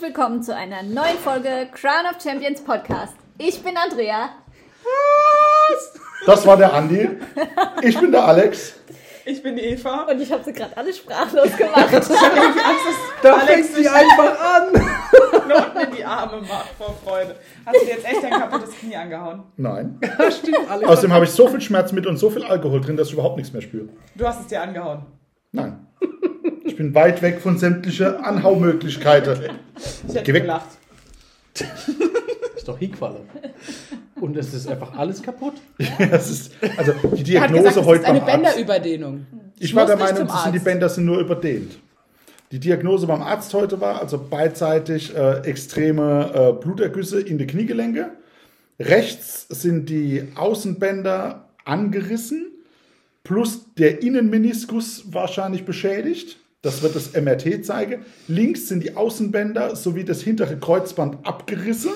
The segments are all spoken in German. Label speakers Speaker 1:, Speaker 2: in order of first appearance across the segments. Speaker 1: willkommen zu einer neuen Folge Crown of Champions Podcast. Ich bin Andrea.
Speaker 2: Das war der Andi. Ich bin der Alex.
Speaker 3: Ich bin die Eva.
Speaker 1: Und ich habe sie gerade alle sprachlos gemacht.
Speaker 4: Da fängst du einfach an.
Speaker 3: Knoten in die Arme macht vor Freude. Hast du dir jetzt echt dein kaputtes Knie angehauen?
Speaker 2: Nein.
Speaker 4: Stimmt, Alex.
Speaker 2: Außerdem habe ich so viel Schmerz mit und so viel Alkohol drin, dass ich überhaupt nichts mehr spüre.
Speaker 3: Du hast es dir angehauen.
Speaker 2: Nein. Ich bin weit weg von sämtlicher Anhaumöglichkeiten.
Speaker 3: Ich hätte
Speaker 2: Geh weg.
Speaker 3: gelacht.
Speaker 4: Das ist doch Hickfalle. Und es ist einfach alles kaputt.
Speaker 2: Das ist, also die
Speaker 4: Er hat gesagt,
Speaker 2: Diagnose
Speaker 4: es
Speaker 2: heute
Speaker 4: ist eine
Speaker 2: beim Arzt.
Speaker 4: Bänderüberdehnung.
Speaker 2: Ich war
Speaker 4: muss
Speaker 2: der
Speaker 4: nicht
Speaker 2: Meinung,
Speaker 4: zum
Speaker 2: das sind die
Speaker 4: Arzt.
Speaker 2: Bänder sind nur überdehnt. Die Diagnose beim Arzt heute war also beidseitig äh, extreme äh, Blutergüsse in die Kniegelenke. Rechts sind die Außenbänder angerissen, plus der Innenmeniskus wahrscheinlich beschädigt. Das wird das MRT zeigen. Links sind die Außenbänder sowie das hintere Kreuzband abgerissen.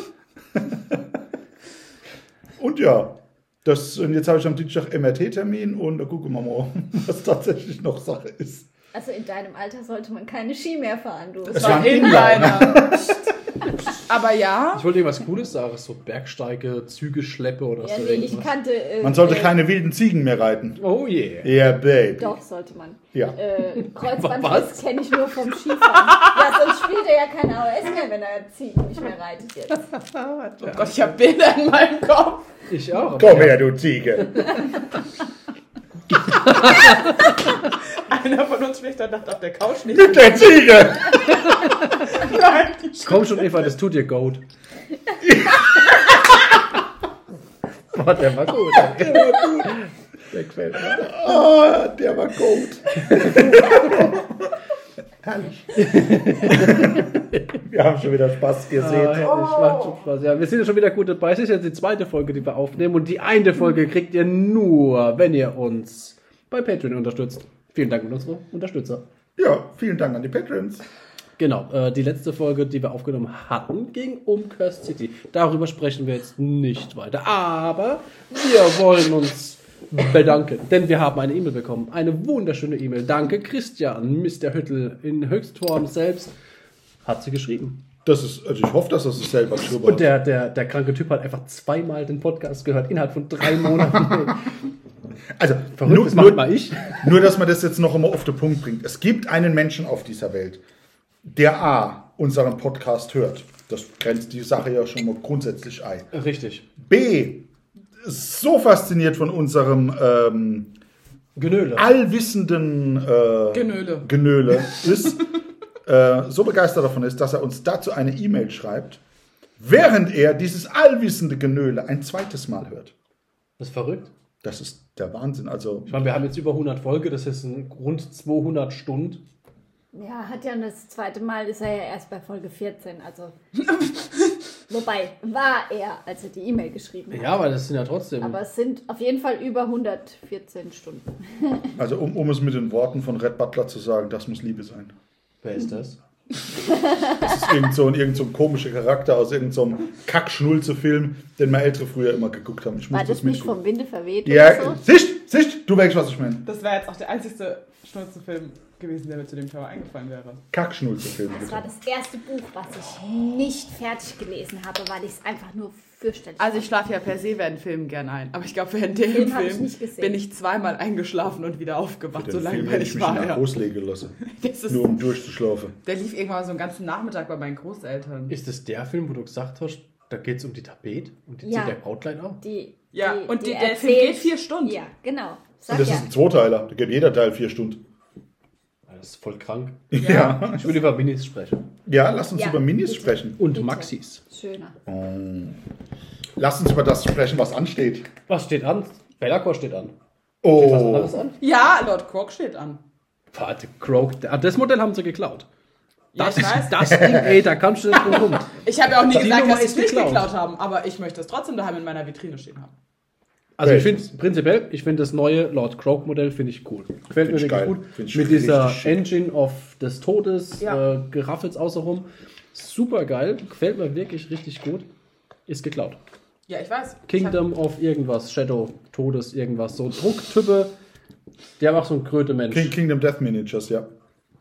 Speaker 2: und ja, das, und jetzt habe ich am Dienstag MRT-Termin und da gucken wir mal, was tatsächlich noch Sache ist.
Speaker 1: Also in deinem Alter sollte man keine Ski mehr fahren, du.
Speaker 2: Es war ein Inliner.
Speaker 3: Inliner. Aber ja.
Speaker 4: Ich wollte irgendwas Cooles sagen, so Bergsteige, Züge, Schleppe oder
Speaker 1: Ja,
Speaker 4: so.
Speaker 1: nee, ich
Speaker 4: irgendwas.
Speaker 1: kannte. Äh,
Speaker 2: Man sollte
Speaker 1: äh,
Speaker 2: keine wilden Ziegen mehr reiten.
Speaker 4: Oh yeah.
Speaker 2: Yeah, baby.
Speaker 1: Doch, sollte man.
Speaker 2: Ja.
Speaker 1: Äh,
Speaker 4: Was?
Speaker 1: Kreuzbandriss kenne ich nur vom Skifahren. ja, sonst spielt er ja kein AOS mehr, wenn er Ziegen nicht mehr reitet jetzt.
Speaker 3: Oh Gott, ich habe Bilder in meinem Kopf.
Speaker 4: Ich auch. aber
Speaker 2: Komm
Speaker 4: ja.
Speaker 2: her, du Ziege.
Speaker 3: Einer von uns schläft dann Nacht auf der Couch nicht.
Speaker 2: Mit der Ziege!
Speaker 3: Nein.
Speaker 4: Komm schon, Eva, das tut dir gut. Boah, der war gut.
Speaker 2: Der gefällt mir. Ah, der war gut. Herrlich. Wir haben schon wieder Spaß, ihr
Speaker 4: Ja,
Speaker 2: seht.
Speaker 4: herrlich, macht schon Spaß. Ja, wir sind ja schon wieder gut dabei. Es ist jetzt die zweite Folge, die wir aufnehmen. Und die eine Folge kriegt ihr nur, wenn ihr uns bei Patreon unterstützt. Vielen Dank an unsere Unterstützer.
Speaker 2: Ja, vielen Dank an die Patrons.
Speaker 4: Genau, äh, die letzte Folge, die wir aufgenommen hatten, ging um Curse City. Darüber sprechen wir jetzt nicht weiter. Aber wir wollen uns bedanken, denn wir haben eine E-Mail bekommen. Eine wunderschöne E-Mail. Danke, Christian, Mr. Hüttel in Höchstform selbst. Hat sie geschrieben.
Speaker 2: Das ist, also ich hoffe, dass das es selber geschrieben
Speaker 4: Und
Speaker 2: hat.
Speaker 4: der, der, der kranke Typ hat einfach zweimal den Podcast gehört, innerhalb von drei Monaten.
Speaker 2: Also,
Speaker 4: Verrückt,
Speaker 2: nur,
Speaker 4: das macht
Speaker 2: nur,
Speaker 4: mal ich.
Speaker 2: nur, dass man das jetzt noch einmal auf den Punkt bringt. Es gibt einen Menschen auf dieser Welt, der A, unseren Podcast hört. Das grenzt die Sache ja schon mal grundsätzlich ein.
Speaker 4: Richtig.
Speaker 2: B. So fasziniert von unserem ähm,
Speaker 4: Genöle.
Speaker 2: allwissenden äh,
Speaker 3: Genöle.
Speaker 2: Genöle ist, äh, so begeistert davon ist, dass er uns dazu eine E-Mail schreibt, während er dieses allwissende Genöle ein zweites Mal hört.
Speaker 4: Das ist verrückt.
Speaker 2: Das ist der Wahnsinn. Also,
Speaker 4: Ich meine, wir haben jetzt über 100 Folge, das ist ein rund 200 Stunden.
Speaker 1: Ja, hat ja das zweite Mal ist er ja erst bei Folge 14, also. Wobei, war er, als er die E-Mail geschrieben hat.
Speaker 4: Ja, aber das sind ja trotzdem.
Speaker 1: Aber es sind auf jeden Fall über 114 Stunden.
Speaker 2: also um, um es mit den Worten von Red Butler zu sagen, das muss Liebe sein.
Speaker 4: Wer ist das?
Speaker 2: Das ist irgend so ein, irgend so ein komischer Charakter aus irgendeinem so einem Kack-Schnulze-Film, den mal Ältere früher immer geguckt haben. Ich muss
Speaker 1: War das nicht
Speaker 2: mitgucken.
Speaker 1: vom Winde verweht
Speaker 2: Ja,
Speaker 1: oder so?
Speaker 2: Sicht, Sicht, du merkst, was ich meine.
Speaker 3: Das wäre jetzt auch der einzigste Schnurzenfilm gewesen, der mir zu dem Thema eingefallen wäre.
Speaker 2: Kackschnulze-Film.
Speaker 1: Das war das erste Buch, was ich nicht fertig gelesen habe, weil ich es einfach nur fürchterlich
Speaker 5: Also ich schlafe ja per se während Filmen gerne ein, aber ich glaube, während dem
Speaker 1: Den hab ich
Speaker 5: Film
Speaker 1: nicht gesehen.
Speaker 5: bin ich zweimal eingeschlafen und wieder aufgewacht, so
Speaker 2: Den Film hätte ich
Speaker 5: langweilig
Speaker 2: mich
Speaker 5: war
Speaker 2: in der
Speaker 5: er.
Speaker 2: Auslege lassen.
Speaker 5: Das ist,
Speaker 2: Nur um durchzuschlafen.
Speaker 5: der lief irgendwann so einen ganzen Nachmittag bei meinen Großeltern.
Speaker 4: Ist das der Film, wo du gesagt hast, da geht es um die Tapete und die
Speaker 1: Ja.
Speaker 4: zieht der Brautkleid auf?
Speaker 1: Die,
Speaker 5: Ja,
Speaker 1: die,
Speaker 5: und
Speaker 1: die
Speaker 5: die, der Film
Speaker 1: erzählt-
Speaker 5: geht vier Stunden.
Speaker 1: Ja, genau.
Speaker 2: Und
Speaker 1: Sag
Speaker 2: das
Speaker 1: ja.
Speaker 2: ist ein Zweiteiler. Da geht jeder Teil vier Stunden.
Speaker 4: Das ist voll krank.
Speaker 2: Ja.
Speaker 4: Ich will über Minis sprechen.
Speaker 2: Ja, lass uns
Speaker 1: Ja,
Speaker 2: über Minis
Speaker 1: bitte.
Speaker 2: sprechen.
Speaker 4: Und
Speaker 1: Bitte.
Speaker 4: Maxis.
Speaker 1: Schöner.
Speaker 2: Lass uns über das sprechen, was ansteht.
Speaker 4: Was steht an? Bellacor steht an. Steht was
Speaker 2: Oh.
Speaker 4: anderes an?
Speaker 5: Ja, Lord Croc steht an.
Speaker 4: Warte, Croak. Ah, Das Modell haben sie geklaut.
Speaker 5: Ja,
Speaker 4: Das,
Speaker 5: ich weiß.
Speaker 4: das Ding, ey, da kannst du nicht drum rum.
Speaker 5: Ich habe ja auch nie
Speaker 4: Die
Speaker 5: gesagt,
Speaker 4: Nummer
Speaker 5: dass sie
Speaker 4: ist
Speaker 5: es nicht
Speaker 4: geklaut.
Speaker 5: geklaut. haben, aber ich möchte es trotzdem daheim in meiner Vitrine stehen haben.
Speaker 4: Also ich
Speaker 2: Great.
Speaker 4: finde prinzipiell, ich finde das neue Lord Croak Modell finde ich cool. Gefällt mir
Speaker 2: ich
Speaker 4: wirklich
Speaker 2: geil.
Speaker 4: gut.
Speaker 2: Find ich
Speaker 4: Mit dieser
Speaker 2: richtig schick.
Speaker 4: Engine of des Todes,
Speaker 5: Ja.
Speaker 4: äh, geraffelt außerrum. Super geil. Gefällt mir wirklich richtig gut. Ist geklaut.
Speaker 5: Ja, ich weiß.
Speaker 4: Kingdom of irgendwas, Shadow, Todes, irgendwas. So ein Drucktype. Der macht so ein Kröte-Mensch.
Speaker 2: King, Kingdom Death Miniatures, ja. Äh,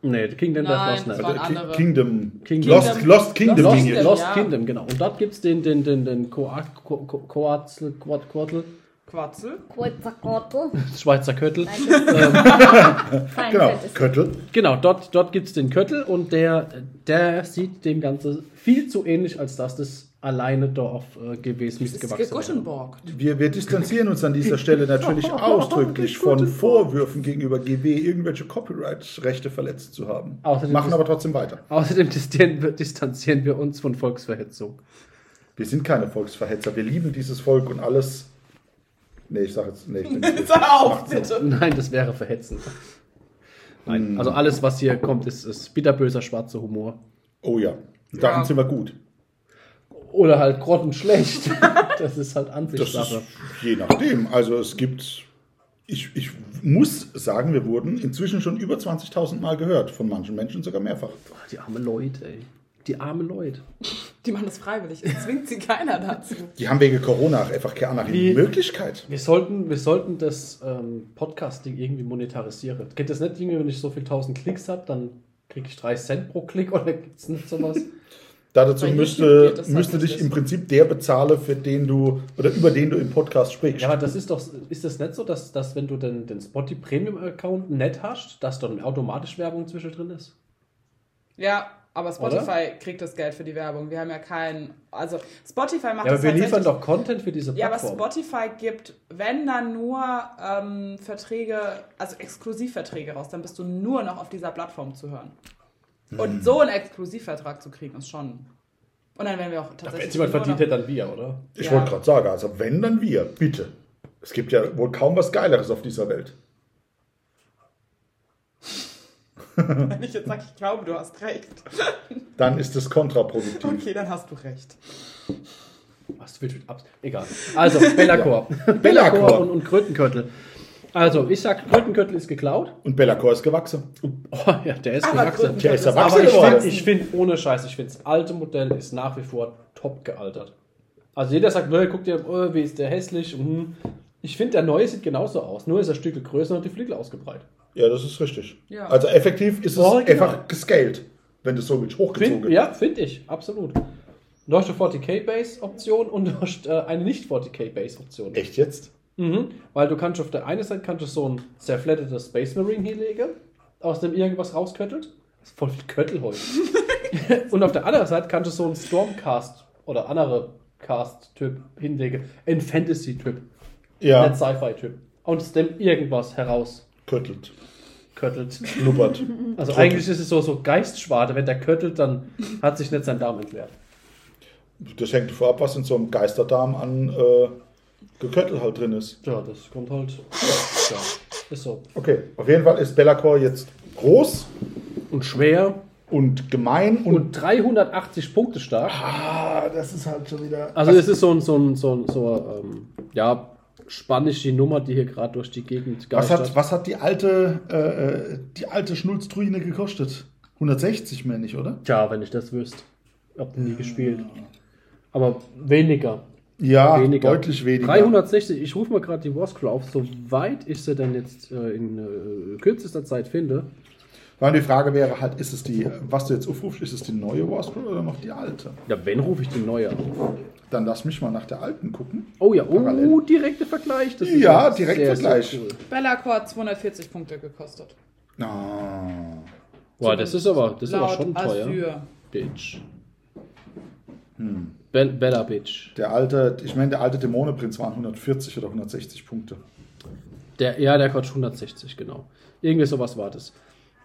Speaker 4: Nee, King Denver
Speaker 5: Nein,
Speaker 4: war's
Speaker 5: das
Speaker 4: nicht.
Speaker 5: war- Waren
Speaker 2: Ki-
Speaker 5: andere.
Speaker 2: Kingdom.
Speaker 4: Kingdom.
Speaker 2: Lost, Lost Kingdom.
Speaker 4: Lost,
Speaker 2: Dinge.
Speaker 4: Lost
Speaker 5: ja.
Speaker 4: Kingdom, genau. Und dort gibt es den, den, den, den Koa- Ko- Ko- Koatzel, Koat- Koatzel,
Speaker 5: Quatzel.
Speaker 1: Kurzer Kortel.
Speaker 4: Schweizer Köttel.
Speaker 1: Nein, das ist fein
Speaker 2: Genau,
Speaker 1: fettes.
Speaker 2: Köttel.
Speaker 4: Genau, dort, dort gibt es den Köttel und der, der sieht dem Ganzen viel zu ähnlich, als dass das alleine Dorf äh, gewesen ist.
Speaker 5: Das ist Geguschenborg.
Speaker 2: Wir, wir distanzieren uns an dieser Stelle natürlich ausdrücklich von Vorwürfen gegenüber GW, irgendwelche Copyright-Rechte verletzt zu haben.
Speaker 4: Außerdem
Speaker 2: Machen
Speaker 4: ist-
Speaker 2: aber trotzdem weiter.
Speaker 4: Außerdem distanzieren wir, distanzieren wir uns von Volksverhetzung.
Speaker 2: Wir sind keine Volksverhetzer. Wir lieben dieses Volk und alles. Nee, ich sag jetzt. Nee, ich bin nicht
Speaker 5: Sag auf, bitte.
Speaker 4: Nein, das wäre verhetzend.
Speaker 2: Hm.
Speaker 4: Nein, also alles, was hier kommt, ist, ist bitterböser schwarzer Humor.
Speaker 2: oh ja, darin
Speaker 5: Ja.
Speaker 2: sind wir gut.
Speaker 4: Oder halt grottenschlecht. Das ist halt
Speaker 2: Das ist
Speaker 4: Ansichtssache.
Speaker 2: je nachdem. Also es gibt. Ich, ich muss sagen, wir wurden inzwischen schon über 20.000 Mal gehört. Von manchen Menschen sogar mehrfach.
Speaker 4: Boah, die armen Leute, ey. Die armen Leute.
Speaker 5: Die machen das freiwillig. Es zwingt sie keiner dazu.
Speaker 2: Die haben wegen Corona einfach keine andere
Speaker 4: Wie-
Speaker 2: Möglichkeit.
Speaker 4: Wir sollten, wir sollten das ähm, Podcasting irgendwie monetarisieren. Geht das nicht irgendwie, wenn ich so viel tausend Klicks habe, dann kriege ich drei Cent pro Klick oder gibt's nicht sowas?
Speaker 2: Dazu
Speaker 5: Bei YouTube
Speaker 2: müsste,
Speaker 5: geht das halt
Speaker 2: müsste
Speaker 5: nicht
Speaker 2: dich
Speaker 5: so.
Speaker 2: im Prinzip der bezahlen, für den du oder über den du im Podcast sprichst.
Speaker 4: ja, aber das ist doch, ist das nicht so, dass, dass wenn du den, den Spotify Premium Account nicht hast, dass dann automatisch Werbung zwischendrin ist?
Speaker 5: Ja, aber Spotify kriegt das Geld für die Werbung. Wir haben ja keinen. Also Spotify macht
Speaker 4: Ja, aber
Speaker 5: das halt
Speaker 4: wir liefern
Speaker 5: tatsächlich-
Speaker 4: doch Content für diese
Speaker 5: Ja, aber
Speaker 4: Plattform.
Speaker 5: Spotify gibt, wenn dann nur ähm, Verträge, also Exklusivverträge raus, dann bist du nur noch auf dieser Plattform zu hören.
Speaker 4: Hm.
Speaker 5: Und so einen Exklusivvertrag zu kriegen, ist schon. Und dann werden wir auch
Speaker 4: aber
Speaker 5: tatsächlich.
Speaker 4: wenn jemand
Speaker 5: nur
Speaker 4: verdient
Speaker 5: noch-
Speaker 4: hätte, dann wir, oder?
Speaker 2: ich
Speaker 5: ja.
Speaker 2: wollte gerade sagen, also wenn, dann wir, bitte. Es gibt ja wohl kaum was Geileres auf dieser Welt.
Speaker 5: Wenn ich jetzt sage, ich glaube, du hast recht.
Speaker 2: Dann ist es kontraproduktiv.
Speaker 5: Okay, dann hast du recht.
Speaker 4: Was du willst mit Abs Egal. Also, Bellacor. Bellacor und, und Krötenköttel. Also, ich sag, Krötenköttel ist geklaut.
Speaker 2: Und Bellacor ist gewachsen.
Speaker 4: Oh ja, der ist
Speaker 5: Aber
Speaker 4: gewachsen.
Speaker 5: Krötenköttel
Speaker 2: Der ist
Speaker 5: ist
Speaker 2: erwachsen
Speaker 4: Aber ich
Speaker 2: geworden.
Speaker 4: finde, ich find, ohne Scheiß, ich finde, das alte Modell ist nach wie vor top gealtert. Also jeder sagt, ne, guck dir, äh, wie ist der hässlich. Mhm. Ich finde, der neue sieht genauso aus, nur ist er Stücke größer und die Flügel ausgebreitet.
Speaker 2: ja, das ist richtig.
Speaker 5: Ja.
Speaker 2: Also effektiv ist es
Speaker 4: Original.
Speaker 2: einfach gescaled, wenn du es so willst,
Speaker 4: Find,
Speaker 2: hochgezogen.
Speaker 4: ja, finde ich, absolut. Du hast eine 40k-Base-Option und du hast äh, eine nicht 40k-Base-Option.
Speaker 2: Echt jetzt?
Speaker 4: Mhm, weil du kannst auf der einen Seite kannst du so ein zerfleddertes Space Marine hinlegen, aus dem irgendwas rausköttelt. Das ist voll viel Köttel heute. Und auf der anderen Seite kannst du so einen Stormcast oder andere Cast-Typ hinlegen. Ein Fantasy-Typ, ein
Speaker 2: Ja,
Speaker 4: Sci-Fi-Typ. Und aus dem irgendwas herausköttelt.
Speaker 2: köttelt, schnuppert.
Speaker 4: Also eigentlich ist es so, so Geistschwade. Wenn der köttelt, dann hat sich nicht sein Darm entleert.
Speaker 2: Das hängt davon ab, was in so einem Geisterdarm an äh, Geköttel halt drin ist.
Speaker 4: Ja, das kommt halt. Ja, ist so.
Speaker 2: Okay, auf jeden Fall ist Bellacor jetzt groß
Speaker 4: Und schwer
Speaker 2: und gemein und,
Speaker 4: und 380 Punkte stark.
Speaker 2: ah, das ist halt schon wieder.
Speaker 4: Also es ist so ein, so ein, so ein, so ein ähm, ja, spanische Nummer, die hier gerade durch die Gegend
Speaker 2: was,
Speaker 4: geistert.
Speaker 2: hat, was hat die alte, äh, äh, die alte Schnulztruine gekostet? 160 mehr nicht, oder?
Speaker 4: Tja, wenn ich das wüsste. Hab nie gespielt. Aber weniger.
Speaker 2: Ja, deutlich weniger.
Speaker 4: 360, ich rufe mal gerade die Warscroll auf, soweit ich sie dann jetzt äh, in äh, kürzester Zeit finde.
Speaker 2: Weil die Frage wäre halt, ist es die, was du jetzt aufrufst, ist es die neue Warscroll oder noch die alte?
Speaker 4: Ja, wenn rufe ich die neue auf.
Speaker 2: Dann lass mich mal nach der alten gucken.
Speaker 4: Oh ja, oh,
Speaker 2: Parallel.
Speaker 4: direkte Vergleich. Das
Speaker 2: Ja, direkt Vergleich.
Speaker 5: Bellacor hat 240 Punkte gekostet.
Speaker 2: Ah.
Speaker 4: Boah, das ist aber, das ist aber
Speaker 5: Laut
Speaker 4: schon teuer.
Speaker 5: Azure.
Speaker 4: Bitch.
Speaker 2: Hm.
Speaker 4: Be Bella Bitch.
Speaker 2: Der alte, ich meine, der alte Dämonenprinz waren 140 oder 160 Punkte.
Speaker 4: Der, ja, der Quatsch 160, genau. Irgendwie sowas war das.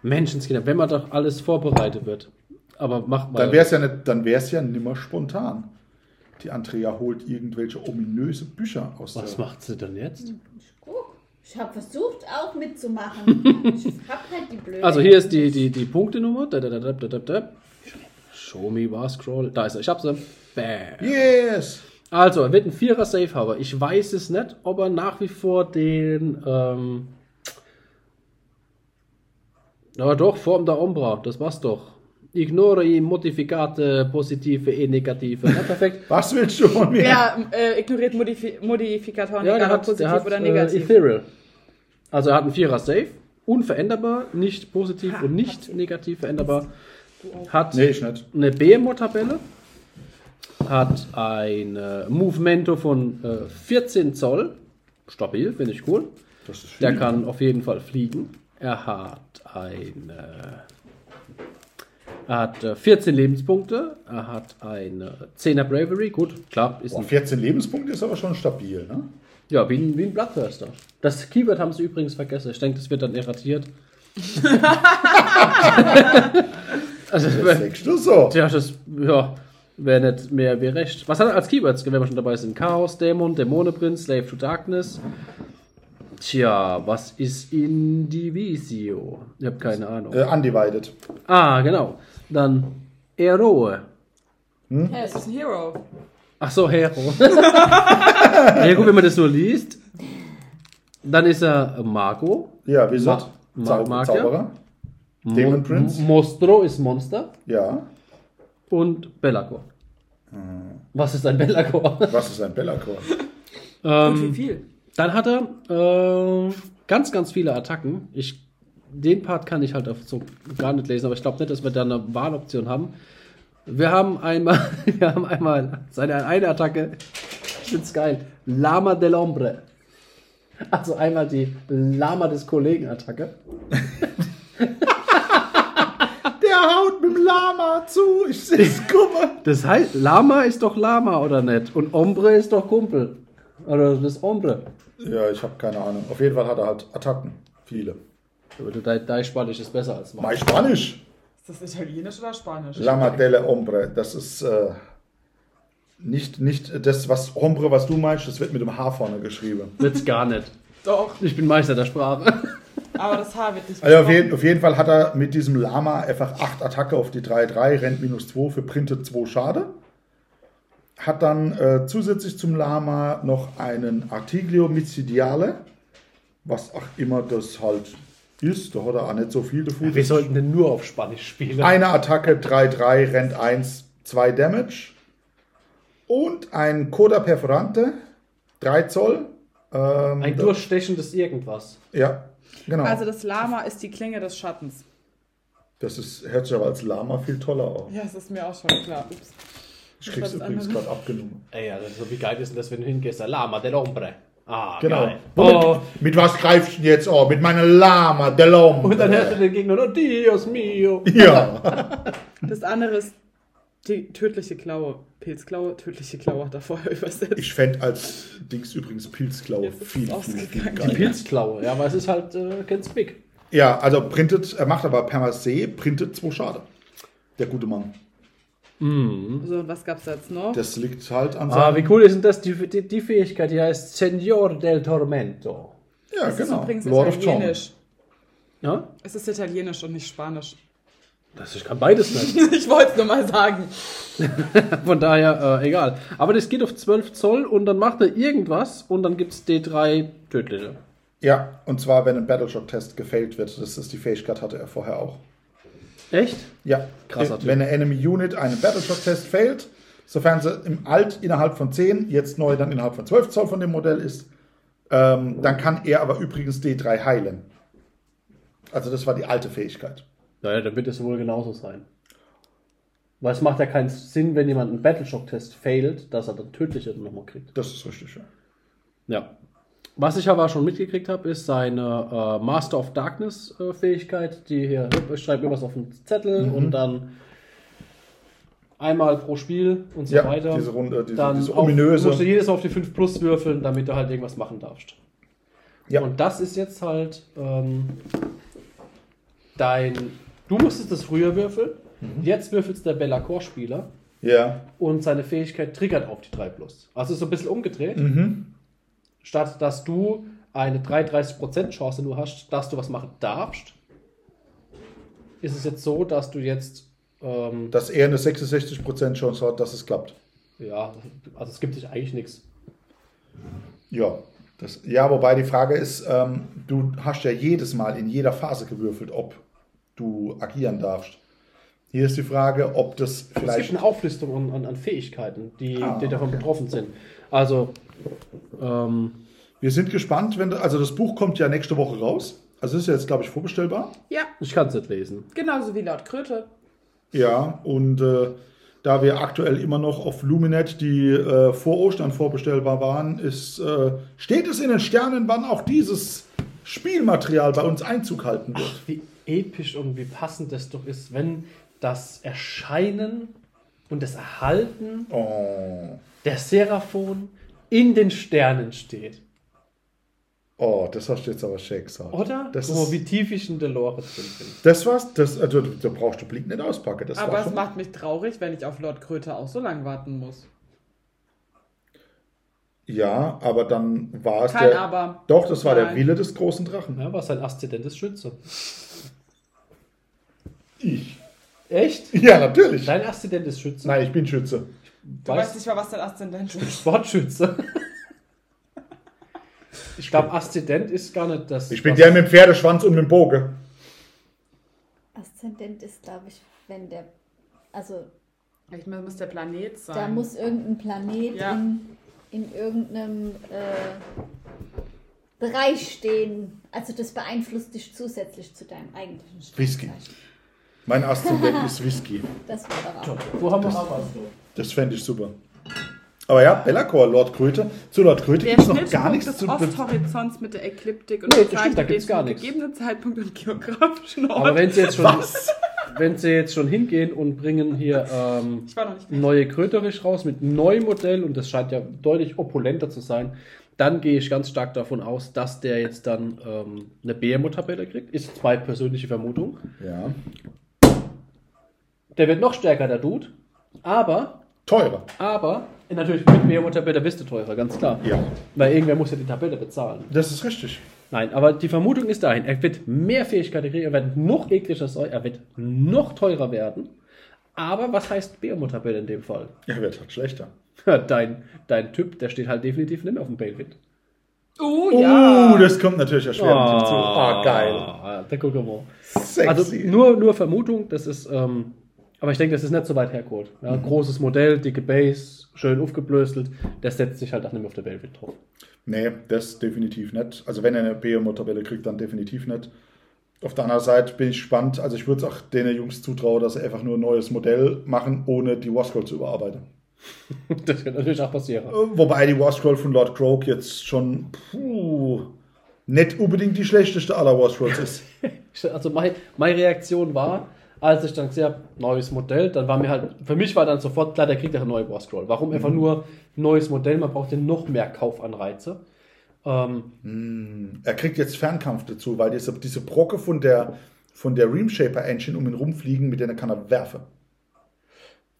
Speaker 4: Menschenskinder, wenn man doch alles vorbereitet wird. Aber macht mal.
Speaker 2: Dann wäre es ja, nicht- dann wär's ja nimmer spontan. Die Andrea holt irgendwelche ominöse Bücher aus
Speaker 4: Was
Speaker 2: der...
Speaker 4: macht sie denn jetzt?
Speaker 1: Guck, ich habe versucht auch mitzumachen. ich hab halt die blöde.
Speaker 4: Also hier ist die, die, die Punktenummer. Da, da, da, da, da, da, da. Show me war scroll. Da ist er. Ich hab sie. Bam.
Speaker 2: Yes!
Speaker 4: Also, er wird ein Vierer Safe haben. Ich weiß es nicht, ob er nach wie vor den. Ähm, na doch, Form der Ombra. Das war's doch. Ignore i Modifikate, positive, e negative. Na, perfekt.
Speaker 2: Was willst du von mir?
Speaker 5: Ja, äh, ignoriert Modifi Modifikatoren,
Speaker 4: Ja,
Speaker 5: egal
Speaker 4: der
Speaker 5: ob
Speaker 4: hat,
Speaker 5: positiv
Speaker 4: der hat
Speaker 5: oder
Speaker 4: äh,
Speaker 5: negativ.
Speaker 4: Ethereal. Also er hat einen Vierer Safe unveränderbar, nicht positiv und nicht negativ veränderbar. Hat
Speaker 2: Nee, ich nicht.
Speaker 4: eine BMO-Tabelle, hat ein äh, Movemento von äh, 14 Zoll, stabil, finde ich cool.
Speaker 2: Das ist
Speaker 4: Der kann auf jeden Fall fliegen. Er hat ein. Äh, er hat äh, 14 Lebenspunkte. Er hat eine 10er Bravery. Gut, klar, ist
Speaker 2: Boah,
Speaker 4: ein,
Speaker 2: 14 Lebenspunkte ist aber schon stabil, ne?
Speaker 4: ja, wie ein, wie ein Bloodthirster. Das Keyword haben sie übrigens vergessen. Ich denke, das wird dann erratiert. also,
Speaker 2: Das
Speaker 4: wenn,
Speaker 2: denkst du so.
Speaker 4: ja, das ja, wäre nicht mehr wie recht. Was hat er als Keywords, wenn wir schon dabei sind? Chaos, Dämon, Dämonenprinz, Slave to Darkness. Tja, was ist Indivisio? Ich habe keine Ahnung.
Speaker 2: Äh, undivided.
Speaker 4: Ah, genau. Dann Eroe.
Speaker 5: Hey, es ist ein Hero.
Speaker 4: Ach so, Hero. ja gut, wenn man das nur liest. Dann ist er Mago.
Speaker 2: Ja, wie gesagt,
Speaker 4: Ma-
Speaker 2: Zau
Speaker 4: Magier?
Speaker 2: Zauberer. Demon
Speaker 4: Mo-
Speaker 2: Prince?
Speaker 4: Mostro ist Monster.
Speaker 2: Ja.
Speaker 4: Und Bellacor. Äh. Was ist ein Bellacor?
Speaker 2: Was ist ein Bellacor?
Speaker 5: Wie viel?
Speaker 4: Ähm, Dann hat er äh, ganz, ganz viele Attacken. Ich, den Part kann ich halt auf so gar nicht lesen, aber ich glaube nicht, dass wir da eine Wahloption haben. Wir haben einmal, wir haben einmal seine eine Attacke. Ich find's geil. Lama del Hombre. Also einmal die Lama des Kollegen-Attacke.
Speaker 2: Der haut mit dem Lama zu. Ich sehe es, gucke.
Speaker 4: Das heißt, Lama ist doch Lama, oder nicht? Und Hombre ist doch Kumpel. Oder das Hombre.
Speaker 2: Ja, ich habe keine Ahnung. Auf jeden Fall hat er halt Attacken. Viele.
Speaker 4: Dein dein Spanisch ist besser als mein.
Speaker 2: Mein Spanisch.
Speaker 5: Ist das Italienisch oder Spanisch?
Speaker 2: Lama delle Ombre. Das ist äh, nicht, nicht das, was Ombre, was du meinst. Das wird mit dem H vorne geschrieben.
Speaker 4: Wird's gar nicht.
Speaker 5: Doch,
Speaker 4: Ich bin Meister der Sprache.
Speaker 5: aber das Haar wird nicht
Speaker 4: Ah
Speaker 2: Also auf jeden, auf jeden Fall hat er mit diesem Lama einfach 8 Attacke auf die 3-3, rennt minus 2 für printet 2 Schade. Hat dann äh, zusätzlich zum Lama noch einen Artiglio Mizidiale, was auch immer das halt ist. Da hat er auch nicht so viel dafür.
Speaker 4: Wir sollten denn nur auf Spanisch spielen.
Speaker 2: Eine Attacke, 3-3, rennt 1, 2 Damage. Und ein Coda Perforante, 3 Zoll. Ähm,
Speaker 4: Ein durchstechendes Irgendwas.
Speaker 2: Ja, genau.
Speaker 5: Also das Lama ist die Klinge des Schattens.
Speaker 2: das ist, hört sich aber als Lama viel toller aus.
Speaker 5: Ja, das ist mir auch schon klar. Ups.
Speaker 2: Ich krieg's
Speaker 5: war das
Speaker 2: übrigens
Speaker 5: andere?
Speaker 2: gerade abgenommen.
Speaker 4: Ey, ja, das ist so wie geil ist denn das, wenn du hingehst? Der Lama del Hombre. Ah,
Speaker 2: Genau.
Speaker 4: geil.
Speaker 2: Womit,
Speaker 4: Oh.
Speaker 2: Mit was greifst du denn jetzt? Oh, mit meiner Lama, der Lom.
Speaker 4: Und dann hörst du den Gegner, oh, Dios mio.
Speaker 2: Ja.
Speaker 5: Das andere ist die tödliche Klaue. Pilzklaue, tödliche Klaue hat er vorher übersetzt.
Speaker 2: Ich fände als Dings übrigens Pilzklaue
Speaker 5: Jetzt ist es
Speaker 2: viel, viel, viel
Speaker 5: ausgegangen.
Speaker 4: Die
Speaker 2: geiler.
Speaker 4: Pilzklaue, ja, aber es ist halt äh, ganz big.
Speaker 2: Ja, also printet, er macht aber per se, printet zwei Schade. Der gute Mann.
Speaker 5: So, und was gab's da jetzt noch?
Speaker 2: Mhm. Das liegt halt an
Speaker 4: Ah,
Speaker 2: seinem...
Speaker 4: wie cool ist denn das? Die, die, die Fähigkeit, die heißt Senor del Tormento.
Speaker 2: ja,
Speaker 5: Das ist
Speaker 2: genau.
Speaker 5: übrigens
Speaker 2: Lord of Charm.
Speaker 5: Italienisch.
Speaker 4: Ja?
Speaker 5: Es ist Italienisch und nicht Spanisch.
Speaker 4: Das, ich kann beides nicht.
Speaker 5: ich wollte es nur mal sagen.
Speaker 4: Von daher, äh, egal. Aber das geht auf 12 Zoll und dann macht er irgendwas und dann gibt's D3 tödliche.
Speaker 2: Ja, und zwar, wenn ein Battleshot-Test gefällt wird. Das ist die Fähigkeit, hatte er vorher auch.
Speaker 4: Echt?
Speaker 2: Ja,
Speaker 4: Krasser Typ.
Speaker 2: Wenn eine Enemy Unit einen Battleshot-Test fällt, sofern sie im Alt innerhalb von 10, jetzt neu dann innerhalb von 12 Zoll von dem Modell ist, ähm, dann kann er aber übrigens D3 heilen. Also das war die alte Fähigkeit.
Speaker 4: Naja, dann wird es wohl genauso sein. Weil es macht ja keinen Sinn, wenn jemand einen Battleshock-Test failt, dass er dann tödliche nochmal kriegt.
Speaker 2: Das ist richtig. Ja.
Speaker 4: Ja. Was ich aber schon mitgekriegt habe, ist seine äh, Master of Darkness-Fähigkeit, die hier, ich schreibe mir was auf den Zettel und dann einmal pro Spiel und so
Speaker 2: Ja,
Speaker 4: weiter.
Speaker 2: diese Runde, diese-
Speaker 4: dann
Speaker 2: diese
Speaker 4: auf-
Speaker 2: ominöse-
Speaker 4: musst du jedes Mal auf die 5 Plus würfeln, damit du halt irgendwas machen darfst.
Speaker 2: Ja.
Speaker 4: Und das ist jetzt halt ähm, dein. Du musstest das früher würfeln,
Speaker 2: Mhm.
Speaker 4: jetzt würfelst der Bellacor-Spieler
Speaker 2: ja.
Speaker 4: und seine Fähigkeit triggert auf die 3 Plus. Also ist so ein bisschen umgedreht.
Speaker 2: Mhm.
Speaker 4: Statt dass du eine 33% Chance nur hast, dass du was machen darfst, ist es jetzt so, dass du jetzt. Ähm,
Speaker 2: Dass er eine 66% Chance hat, dass es klappt.
Speaker 4: ja, also es gibt dich eigentlich nichts.
Speaker 2: Ja. Das, ja, wobei die Frage ist, ähm, du hast ja jedes Mal in jeder Phase gewürfelt, ob du agieren darfst. Hier ist die Frage, ob das
Speaker 4: Es gibt
Speaker 2: vielleicht
Speaker 4: eine Auflistung an, an, an Fähigkeiten, die,
Speaker 2: Ah,
Speaker 4: die davon
Speaker 2: okay.
Speaker 4: betroffen sind. Also, ähm,
Speaker 2: Wir sind gespannt, wenn du- also das Buch kommt ja nächste Woche raus. Also ist jetzt, glaube ich, vorbestellbar.
Speaker 5: Ja,
Speaker 4: Ich kann es nicht lesen.
Speaker 5: genauso wie laut Kröte.
Speaker 2: Ja, und äh, da wir aktuell immer noch auf Luminet, die äh, vor Ostern vorbestellbar waren, ist, äh, steht es in den Sternen, wann auch dieses Spielmaterial bei uns Einzug halten wird.
Speaker 4: Wie episch und wie passend das doch ist, wenn das Erscheinen und das Erhalten
Speaker 2: Oh,
Speaker 4: der Seraphon in den Sternen steht.
Speaker 2: oh das hast du jetzt aber schick gesagt.
Speaker 4: Oder?
Speaker 2: Das,
Speaker 4: oh, wie
Speaker 2: ist,
Speaker 4: tief ich in Dolores drin bin.
Speaker 2: das war's. Das, also, da brauchst du Blick nicht auspacken. Das
Speaker 5: Aber
Speaker 2: war
Speaker 5: es
Speaker 2: schon,
Speaker 5: macht mich traurig, wenn ich auf Lord Kröte auch so lange warten muss.
Speaker 2: ja, aber dann war es
Speaker 5: Kein
Speaker 2: der...
Speaker 5: Aber.
Speaker 2: Doch, das war der
Speaker 5: Nein.
Speaker 2: Wille des großen Drachen.
Speaker 4: Ja, was ein aszendentes Schütze.
Speaker 2: Ich.
Speaker 4: Echt?
Speaker 2: Ja, natürlich.
Speaker 4: Dein aszendentes Schütze?
Speaker 2: Nein, ich bin Schütze.
Speaker 5: Du weißt nicht mal, was dein Aszendent ist.
Speaker 4: Sportschütze. Ich glaube, Aszendent ist gar nicht das.
Speaker 2: Ich bin
Speaker 4: was-
Speaker 2: der mit dem Pferdeschwanz und mit dem Bogen.
Speaker 1: Aszendent ist, glaube ich, wenn der. Also,
Speaker 5: Vielleicht muss der Planet sein.
Speaker 1: da muss irgendein Planet
Speaker 5: Ja.
Speaker 1: in, in irgendeinem äh, Bereich stehen. Also, das beeinflusst dich zusätzlich zu deinem eigentlichen
Speaker 2: Whisky.
Speaker 1: Sternzeichen.
Speaker 2: Mein Aszendent ist Whisky.
Speaker 1: Das war doch auch.
Speaker 4: Wo haben wir Hamas?
Speaker 2: Das fände ich super. Aber ja, Bellacor, Lord Kröte. Zu Lord Kröte
Speaker 5: der
Speaker 2: gibt es noch gar
Speaker 5: Schnittpunkt
Speaker 2: nichts
Speaker 5: des
Speaker 2: zu
Speaker 5: Osthorizonts mit der Ekliptik und
Speaker 4: Nee,
Speaker 5: der
Speaker 4: das stimmt,
Speaker 5: Zeit,
Speaker 4: da gibt's
Speaker 5: den
Speaker 4: gar
Speaker 5: zum
Speaker 4: nichts.
Speaker 5: gegebenen Zeitpunkt und geografischen Ort.
Speaker 4: Aber wenn sie jetzt schon,
Speaker 2: Was?
Speaker 4: wenn sie jetzt schon hingehen und bringen hier ähm,
Speaker 5: ich war noch nicht
Speaker 4: neue Kröterich raus mit neuem Modell und das scheint ja deutlich opulenter zu sein, dann gehe ich ganz stark davon aus, dass der jetzt dann ähm, eine BMO-Tabelle kriegt. Ist meine persönliche Vermutung.
Speaker 2: Ja.
Speaker 4: Der wird noch stärker, der Dude. Aber,
Speaker 2: Teurer.
Speaker 4: aber, natürlich mit BMO-Tabelle bist du teurer, ganz klar.
Speaker 2: Ja.
Speaker 4: Weil irgendwer muss ja die Tabelle bezahlen.
Speaker 2: Das ist richtig.
Speaker 4: Nein, aber die Vermutung ist dahin, er wird mehr Fähigkeiten kriegen, er wird noch ekliger sein, er wird noch teurer werden. Aber was heißt Bärmutterbell in dem Fall?
Speaker 2: Ja, wird halt schlechter.
Speaker 4: Dein, dein Typ, der steht halt definitiv nicht mehr auf dem Bailwind.
Speaker 5: Oh
Speaker 2: Oh,
Speaker 5: ja!
Speaker 2: das kommt natürlich erschwerend hinzu. Ah, geil.
Speaker 4: Der Kokomo.
Speaker 2: Sexy.
Speaker 4: Also nur, nur Vermutung, das ist, ähm, aber ich denke, das ist nicht so weit hergeholt. Ja,
Speaker 2: Mhm.
Speaker 4: Großes Modell, dicke Base, schön aufgeblöstelt, das setzt sich halt auch nicht mehr auf der Bailwind drauf.
Speaker 2: nee, das definitiv nicht. Also wenn er eine BMO-Tabelle kriegt, dann definitiv nicht. Auf der anderen Seite bin ich gespannt. Also ich würde es auch den Jungs zutrauen, dass sie einfach nur ein neues Modell machen, ohne die Wascroll zu überarbeiten.
Speaker 4: Das kann natürlich auch passieren.
Speaker 2: Wobei die Warscroll von Lord Croak jetzt schon puh, nicht unbedingt die schlechteste aller Warscrolls ist.
Speaker 4: Also mein, meine Reaktion war, als ich dann gesehen habe, neues Modell, dann war mir halt, für mich war dann sofort klar, der kriegt ja eine neue War Scroll. Warum einfach nur neues Modell? Man braucht ja noch mehr Kaufanreize. Ähm,
Speaker 2: Er kriegt jetzt Fernkampf dazu, weil diese, diese Brocke von der, von der Reamshaper Engine um ihn rumfliegen, mit der kann er werfen.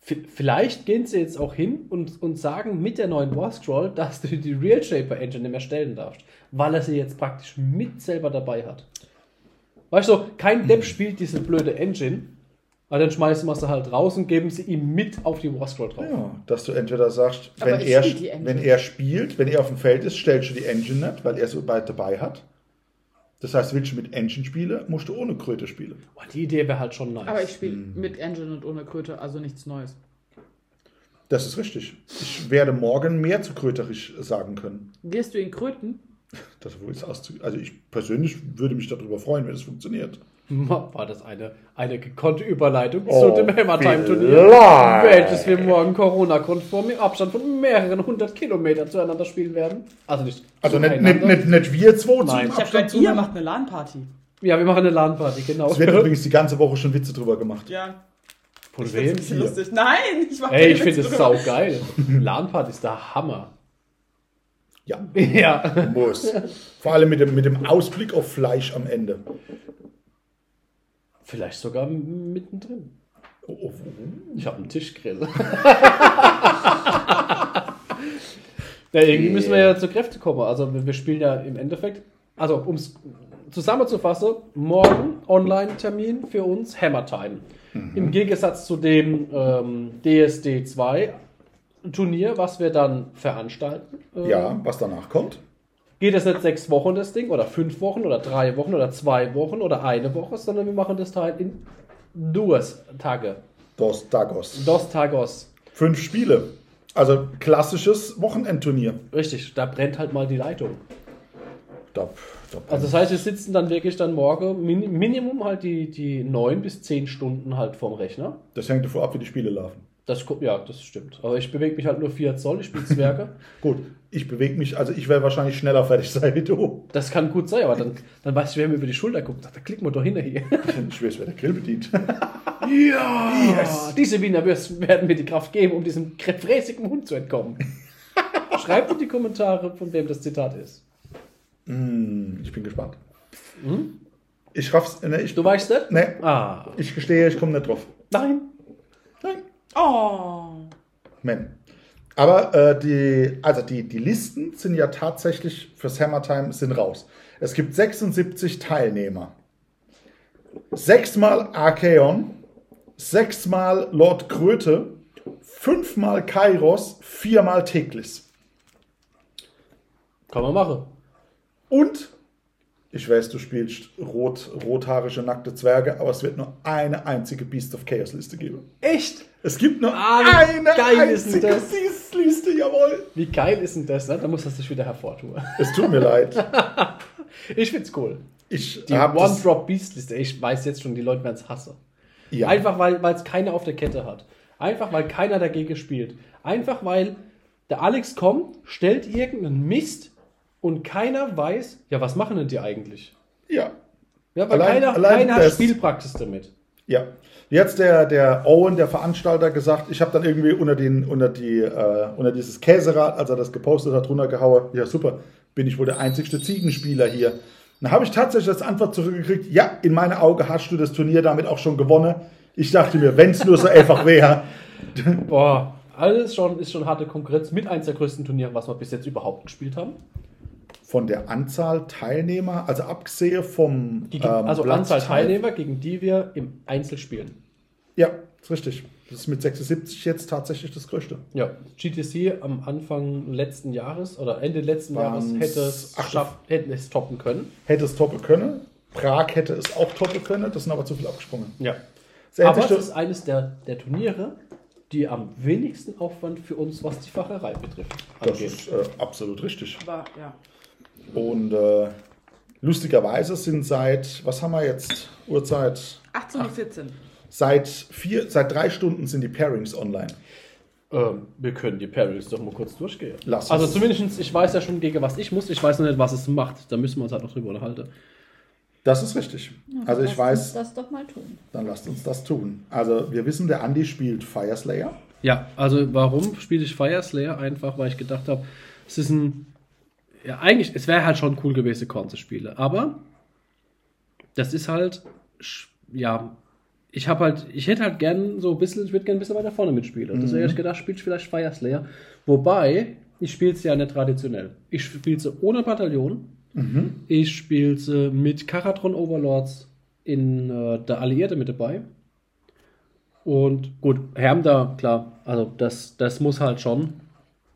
Speaker 4: v- vielleicht gehen sie jetzt auch hin und, und sagen mit der neuen War Scroll, dass du die Real Shaper Engine nicht mehr stellen darfst, weil er sie jetzt praktisch mit selber dabei hat. Weißt du, kein Depp spielt diese blöde Engine, weil dann schmeißen wir sie halt raus und geben sie ihm mit auf die War Scroll drauf.
Speaker 2: Ja, dass du entweder sagst,
Speaker 5: Aber
Speaker 2: wenn
Speaker 5: ich
Speaker 2: er,
Speaker 5: spiel die Engine.
Speaker 2: wenn er spielt, wenn er auf dem Feld ist, stellst du die Engine nicht, weil er so weit dabei hat. Das heißt, willst du mit Engine spielen, musst du ohne Kröte spielen.
Speaker 4: Boah, die Idee wäre halt schon nice.
Speaker 5: Aber ich spiele mit Engine und ohne Kröte, also nichts Neues.
Speaker 2: Das ist richtig. Ich werde morgen mehr zu Kröterich sagen können.
Speaker 5: Wirst du ihn kröten?
Speaker 2: Das wohl ist auszu also ich persönlich würde mich darüber freuen, wenn es funktioniert.
Speaker 4: War das eine, eine gekonnte Überleitung
Speaker 2: Oh,
Speaker 4: zu dem Hammer-Time-Turnier,
Speaker 2: vielleicht.
Speaker 4: welches wir morgen Corona-konform im Abstand von mehreren hundert Kilometern zueinander spielen werden? Also nicht
Speaker 2: Also nicht,
Speaker 4: zueinander.
Speaker 2: nicht, nicht, nicht wir zwei
Speaker 4: Nein.
Speaker 2: zum
Speaker 4: Ich
Speaker 5: Ich hab
Speaker 2: Abstand
Speaker 5: gehört,
Speaker 2: zu.
Speaker 5: ihr
Speaker 2: Es
Speaker 5: macht eine LAN-Party.
Speaker 4: Ja, wir machen eine LAN-Party, genau.
Speaker 2: wird übrigens die ganze Woche schon Witze drüber gemacht.
Speaker 5: Ja,
Speaker 4: Von
Speaker 5: das ist ein
Speaker 4: wem?
Speaker 5: bisschen lustig. Nein, ich mach
Speaker 4: Ey,
Speaker 5: keine
Speaker 4: ich finde
Speaker 5: Witze
Speaker 4: es
Speaker 5: drüber.
Speaker 4: saugeil. LAN-Party ist der Hammer.
Speaker 2: Ja,
Speaker 4: Ja.
Speaker 2: muss. Vor allem mit dem, mit dem Ausblick auf Fleisch am Ende.
Speaker 4: Vielleicht sogar mittendrin.
Speaker 2: Oh, oh, oh.
Speaker 4: Ich habe einen Tischgrill. ja, irgendwie müssen wir ja zu Kräfte kommen. Also wir wir spielen ja im Endeffekt, also um es zusammenzufassen, morgen Online-Termin für uns Hammer Time. Im Gegensatz zu dem ähm, DSD 2 Turnier, was wir dann veranstalten. äh,
Speaker 2: Ja, was danach kommt?
Speaker 4: Geht es nicht sechs Wochen das Ding oder fünf Wochen oder drei Wochen oder zwei Wochen oder eine Woche, sondern wir machen das Teil in Duas Tage.
Speaker 2: Dos Dagos.
Speaker 4: Dos Tagos.
Speaker 2: Fünf Spiele. Also klassisches Wochenendturnier.
Speaker 4: Richtig, da brennt halt mal die Leitung.
Speaker 2: Da, da
Speaker 4: Also das heißt, wir sitzen dann wirklich dann morgen min Minimum halt die, die 9 bis 10 Stunden halt vorm Rechner.
Speaker 2: das hängt davon ab, wie die Spiele laufen.
Speaker 4: Das gu- ja, das stimmt. Aber ich bewege mich halt nur 4 Zoll, ich spiele Zwerge.
Speaker 2: Gut, ich bewege mich, also ich werde wahrscheinlich schneller fertig sein wie du.
Speaker 4: Das kann gut sein, aber dann, dann weiß ich, wer mir über die Schulter guckt. Da klicken wir doch hinterher.
Speaker 2: Ich weiß, wer der Grill bedient.
Speaker 4: Ah, Diese Wiener Würsten werden mir die Kraft geben, um diesem krä- fräsigen Hund zu entkommen. Schreibt in die Kommentare, von wem das Zitat ist.
Speaker 2: Ich bin gespannt. Ich raff's, ne, ich,
Speaker 4: Du weißt das?
Speaker 2: ne,
Speaker 4: Ah,
Speaker 2: ich gestehe, ich komme nicht drauf.
Speaker 4: nein.
Speaker 2: Nein.
Speaker 5: Oh.
Speaker 2: Man. Aber äh, die, also die, die Listen sind ja tatsächlich fürs Hammer Time sind raus. Es gibt 76 Teilnehmer. Sechsmal Archeon, sechsmal Lord Kröte, fünfmal Kairos, viermal Teklis.
Speaker 4: Kann man machen.
Speaker 2: Und ich weiß, du spielst rot, rothaarische nackte Zwerge, aber es wird nur eine einzige Beast of Chaos Liste geben.
Speaker 4: Echt?
Speaker 2: Es gibt nur
Speaker 4: Ah, wie
Speaker 2: eine
Speaker 4: geil ist denn
Speaker 2: einzige
Speaker 4: das?
Speaker 2: Beast Liste, jawohl.
Speaker 4: Wie geil ist denn das? Ne? Da muss das sich wieder hervortun.
Speaker 2: Es tut mir leid.
Speaker 4: Ich find's cool.
Speaker 2: Ich
Speaker 4: Die
Speaker 2: hab das-
Speaker 4: One-Drop-Beast-Liste, ich weiß jetzt schon, die Leute werden's hassen.
Speaker 2: Ja.
Speaker 4: Einfach weil es keiner auf der Kette hat. Einfach weil keiner dagegen spielt. Einfach weil der Alex kommt, stellt irgendeinen Mist und keiner weiß, ja, was machen denn die eigentlich?
Speaker 2: Ja.
Speaker 4: Ja, weil
Speaker 2: Allein-
Speaker 4: keiner,
Speaker 2: allein
Speaker 4: keiner hat
Speaker 2: das-
Speaker 4: Spielpraxis damit.
Speaker 2: Ja. Jetzt der, der Owen, der Veranstalter, gesagt, ich habe dann irgendwie unter, den, unter, die, äh, unter dieses Käserad, als er das gepostet hat, runtergehauen. Ja, super, bin ich wohl der einzigste Ziegenspieler hier. Dann habe ich tatsächlich als Antwort zurückgekriegt, ja, in meinen Augen hast du das Turnier damit auch schon gewonnen. Ich dachte mir, wenn es nur so einfach wäre.
Speaker 4: Boah, alles schon, ist schon harte Konkurrenz mit eins der größten Turniere, was wir bis jetzt überhaupt gespielt haben.
Speaker 2: Von der Anzahl Teilnehmer, also abgesehen vom
Speaker 4: Gegen,
Speaker 2: ähm,
Speaker 4: also
Speaker 2: Platz-
Speaker 4: Anzahl Teilnehmer, gegen die wir im Einzel spielen.
Speaker 2: Ja, ist richtig. Das ist mit 76 jetzt tatsächlich das Größte.
Speaker 4: Ja, GTC am Anfang letzten Jahres oder Ende letzten
Speaker 2: Waren's
Speaker 4: Jahres hätte es,
Speaker 2: acht-
Speaker 4: schaff, hätten es toppen können.
Speaker 2: hätte es toppen können. Prag hätte es auch toppen können, das sind aber zu viel abgesprungen.
Speaker 4: Ja.
Speaker 2: Das hätte
Speaker 4: Aber
Speaker 2: ich
Speaker 4: es
Speaker 2: doch-
Speaker 4: ist eines der, der Turniere, die am wenigsten Aufwand für uns, was die Facherei betrifft,
Speaker 2: das
Speaker 4: angeht.
Speaker 2: ist äh, absolut richtig.
Speaker 5: Aber ja.
Speaker 2: Und äh, lustigerweise sind seit, was haben wir jetzt, Uhrzeit?
Speaker 5: 18.14 Uhr.
Speaker 2: Seit, vier, seit drei Stunden sind die Pairings online.
Speaker 4: Ähm, wir können die Perils doch mal kurz durchgehen.
Speaker 2: Lass
Speaker 4: also
Speaker 2: uns.
Speaker 4: zumindest, ich weiß ja schon, gegen was ich muss. Ich weiß noch nicht, was es macht. Da müssen wir uns halt noch drüber unterhalten.
Speaker 2: Das ist richtig. Also ich
Speaker 1: Lass uns
Speaker 2: weiß,
Speaker 1: das doch mal tun.
Speaker 2: dann lasst uns das tun. Also wir wissen, der Andi spielt Fireslayer.
Speaker 4: Ja, also warum spiele ich Fire Slayer? Einfach, weil ich gedacht habe, es ist ein. Ja, eigentlich, es wäre halt schon cool gewesen, Korn zu spielen. Aber das ist halt. sch- Ja, ich habe halt, ich hätte halt gern so ein bisschen, ich würde gern ein bisschen weiter vorne mitspielen. Und Deswegen habe ich gedacht, spielst vielleicht Fire Slayer. Wobei, ich spiele es ja nicht traditionell. Ich spiele sie ohne Bataillon. Ich spiele sie mit Karatron Overlords in äh, der Alliierte mit dabei. Und gut, Herm da, klar, also das, das muss halt schon,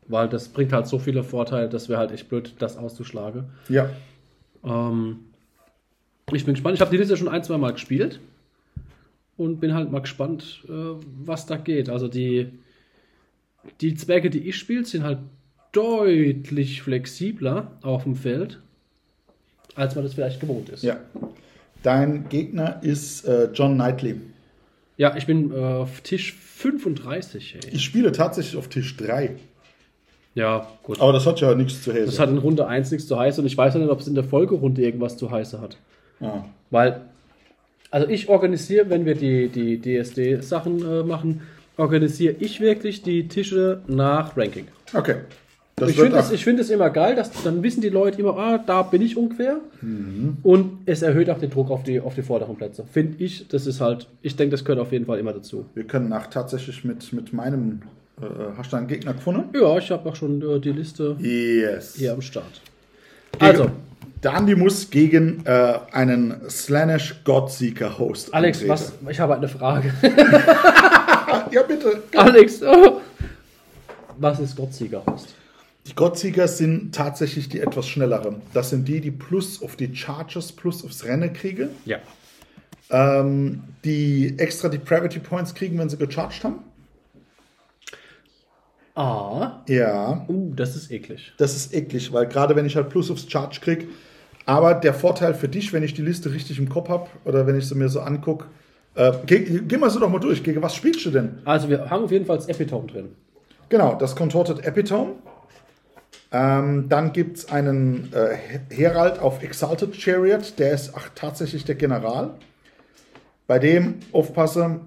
Speaker 4: weil das bringt halt so viele Vorteile, das wäre halt echt blöd, das auszuschlagen.
Speaker 2: Ja.
Speaker 4: Ähm, ich bin gespannt, ich habe die Liste schon ein, zwei Mal gespielt und bin halt mal gespannt, äh, was da geht. Also die, die Zwerge, die ich spiele, sind halt deutlich flexibler auf dem Feld, als man das vielleicht gewohnt ist.
Speaker 2: ja. Dein Gegner ist äh, John Knightley.
Speaker 4: ja ich bin äh, auf Tisch 35, ey.
Speaker 2: Ich spiele tatsächlich auf Tisch 3.
Speaker 4: Ja, gut.
Speaker 2: Aber das hat ja nichts zu
Speaker 4: Das
Speaker 2: helfen.
Speaker 4: hat in Runde 1 nichts zu heißen und ich weiß noch nicht, ob es in der Folgerunde irgendwas zu heißen hat.
Speaker 2: Ah.
Speaker 4: Weil, also ich organisiere, wenn wir die, die DSD-Sachen äh, machen, organisiere ich wirklich die Tische nach Ranking.
Speaker 2: Okay. Das
Speaker 4: ich finde
Speaker 2: ab-
Speaker 4: es ich find es immer geil, dass dann wissen die Leute immer, ah, da bin ich ungefähr. Und es erhöht auch den Druck auf die, auf die vorderen Plätze. Finde ich, das ist halt, ich denke, das gehört auf jeden Fall immer dazu.
Speaker 2: Wir können nach tatsächlich mit, mit meinem. Äh, hast du einen Gegner gefunden?
Speaker 4: Ja, ich habe auch schon äh, die Liste
Speaker 2: Yes.
Speaker 4: hier am Start.
Speaker 2: Gegen-
Speaker 4: Also,
Speaker 2: Der Andi muss gegen äh, einen Slanish Godseeker-Host.
Speaker 4: Alex,
Speaker 2: antreten.
Speaker 4: was, ich habe eine Frage.
Speaker 2: Ah, ja, bitte.
Speaker 4: Alex,
Speaker 2: Oh.
Speaker 4: was ist Gottsiegerhorst?
Speaker 2: Die Godseeker sind tatsächlich die etwas schnelleren. Das sind die, die plus auf die Charges, plus aufs Rennen kriegen.
Speaker 4: Ja.
Speaker 2: Ähm, die extra Depravity Points kriegen, wenn sie gecharged haben.
Speaker 4: Ah,
Speaker 2: Ja.
Speaker 4: uh, das ist eklig. Uh,
Speaker 2: Das ist eklig, weil gerade wenn ich halt plus aufs Charge kriege, Aber der Vorteil für dich, wenn ich die Liste richtig im Kopf habe oder wenn ich sie mir so angucke, äh, geh, geh mal so doch mal durch. Gegen was spielst du denn?
Speaker 4: Also wir haben auf jeden Fall das Epitome drin.
Speaker 2: Genau, das Contorted Epitome. Ähm, dann gibt es einen äh, Herald auf Exalted Chariot, der ist ach, tatsächlich der General. Bei dem, aufpasse,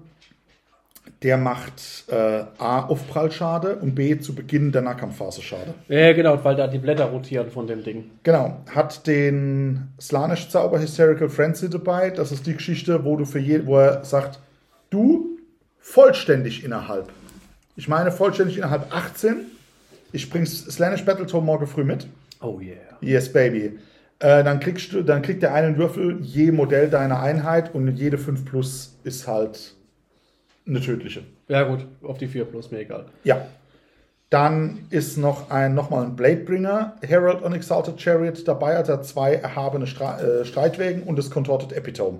Speaker 2: der macht äh, A, Aufprallschade und B, zu Beginn der Nahkampfphase Schade.
Speaker 4: Ja, genau, weil da die Blätter rotieren von dem Ding.
Speaker 2: Genau, hat den Slanish Zauber Hysterical Frenzy dabei. Das ist die Geschichte, wo du für jeden, wo er sagt, du vollständig innerhalb. Ich meine vollständig innerhalb 18. Ich bring's Slanish Battletoad morgen früh mit.
Speaker 4: Oh yeah.
Speaker 2: Yes, baby. Äh, dann, kriegst du, dann kriegt der einen Würfel je Modell deiner Einheit und jede 5 plus ist halt eine tödliche.
Speaker 4: Ja gut, auf die 4 plus, mir egal.
Speaker 2: Ja. Dann ist noch ein, nochmal ein Bladebringer, Herald on Exalted Chariot dabei, hat er zwei erhabene Stra äh, Streitwägen und das Contorted Epitome.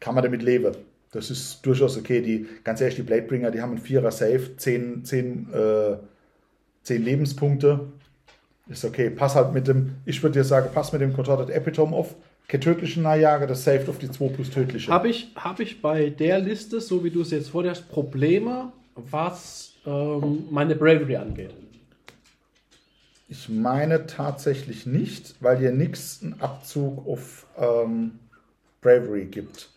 Speaker 2: Kann man damit leben. Das ist durchaus okay. Die, ganz ehrlich, die Bladebringer, die haben einen Vierer Safe, 10 zehn, äh, zehn Lebenspunkte. Ist okay. Pass halt mit dem, ich würde dir sagen, pass mit dem Contorted Epitome auf. Keine tödlichen Nahjahre, das saved auf die 2 plus tödliche.
Speaker 4: Habe ich, hab ich bei der Liste, so wie du es jetzt vorderst, Probleme, was ähm, meine Bravery angeht?
Speaker 2: Ich meine tatsächlich nicht, weil ihr nichts einen Abzug auf ähm, Bravery gibt.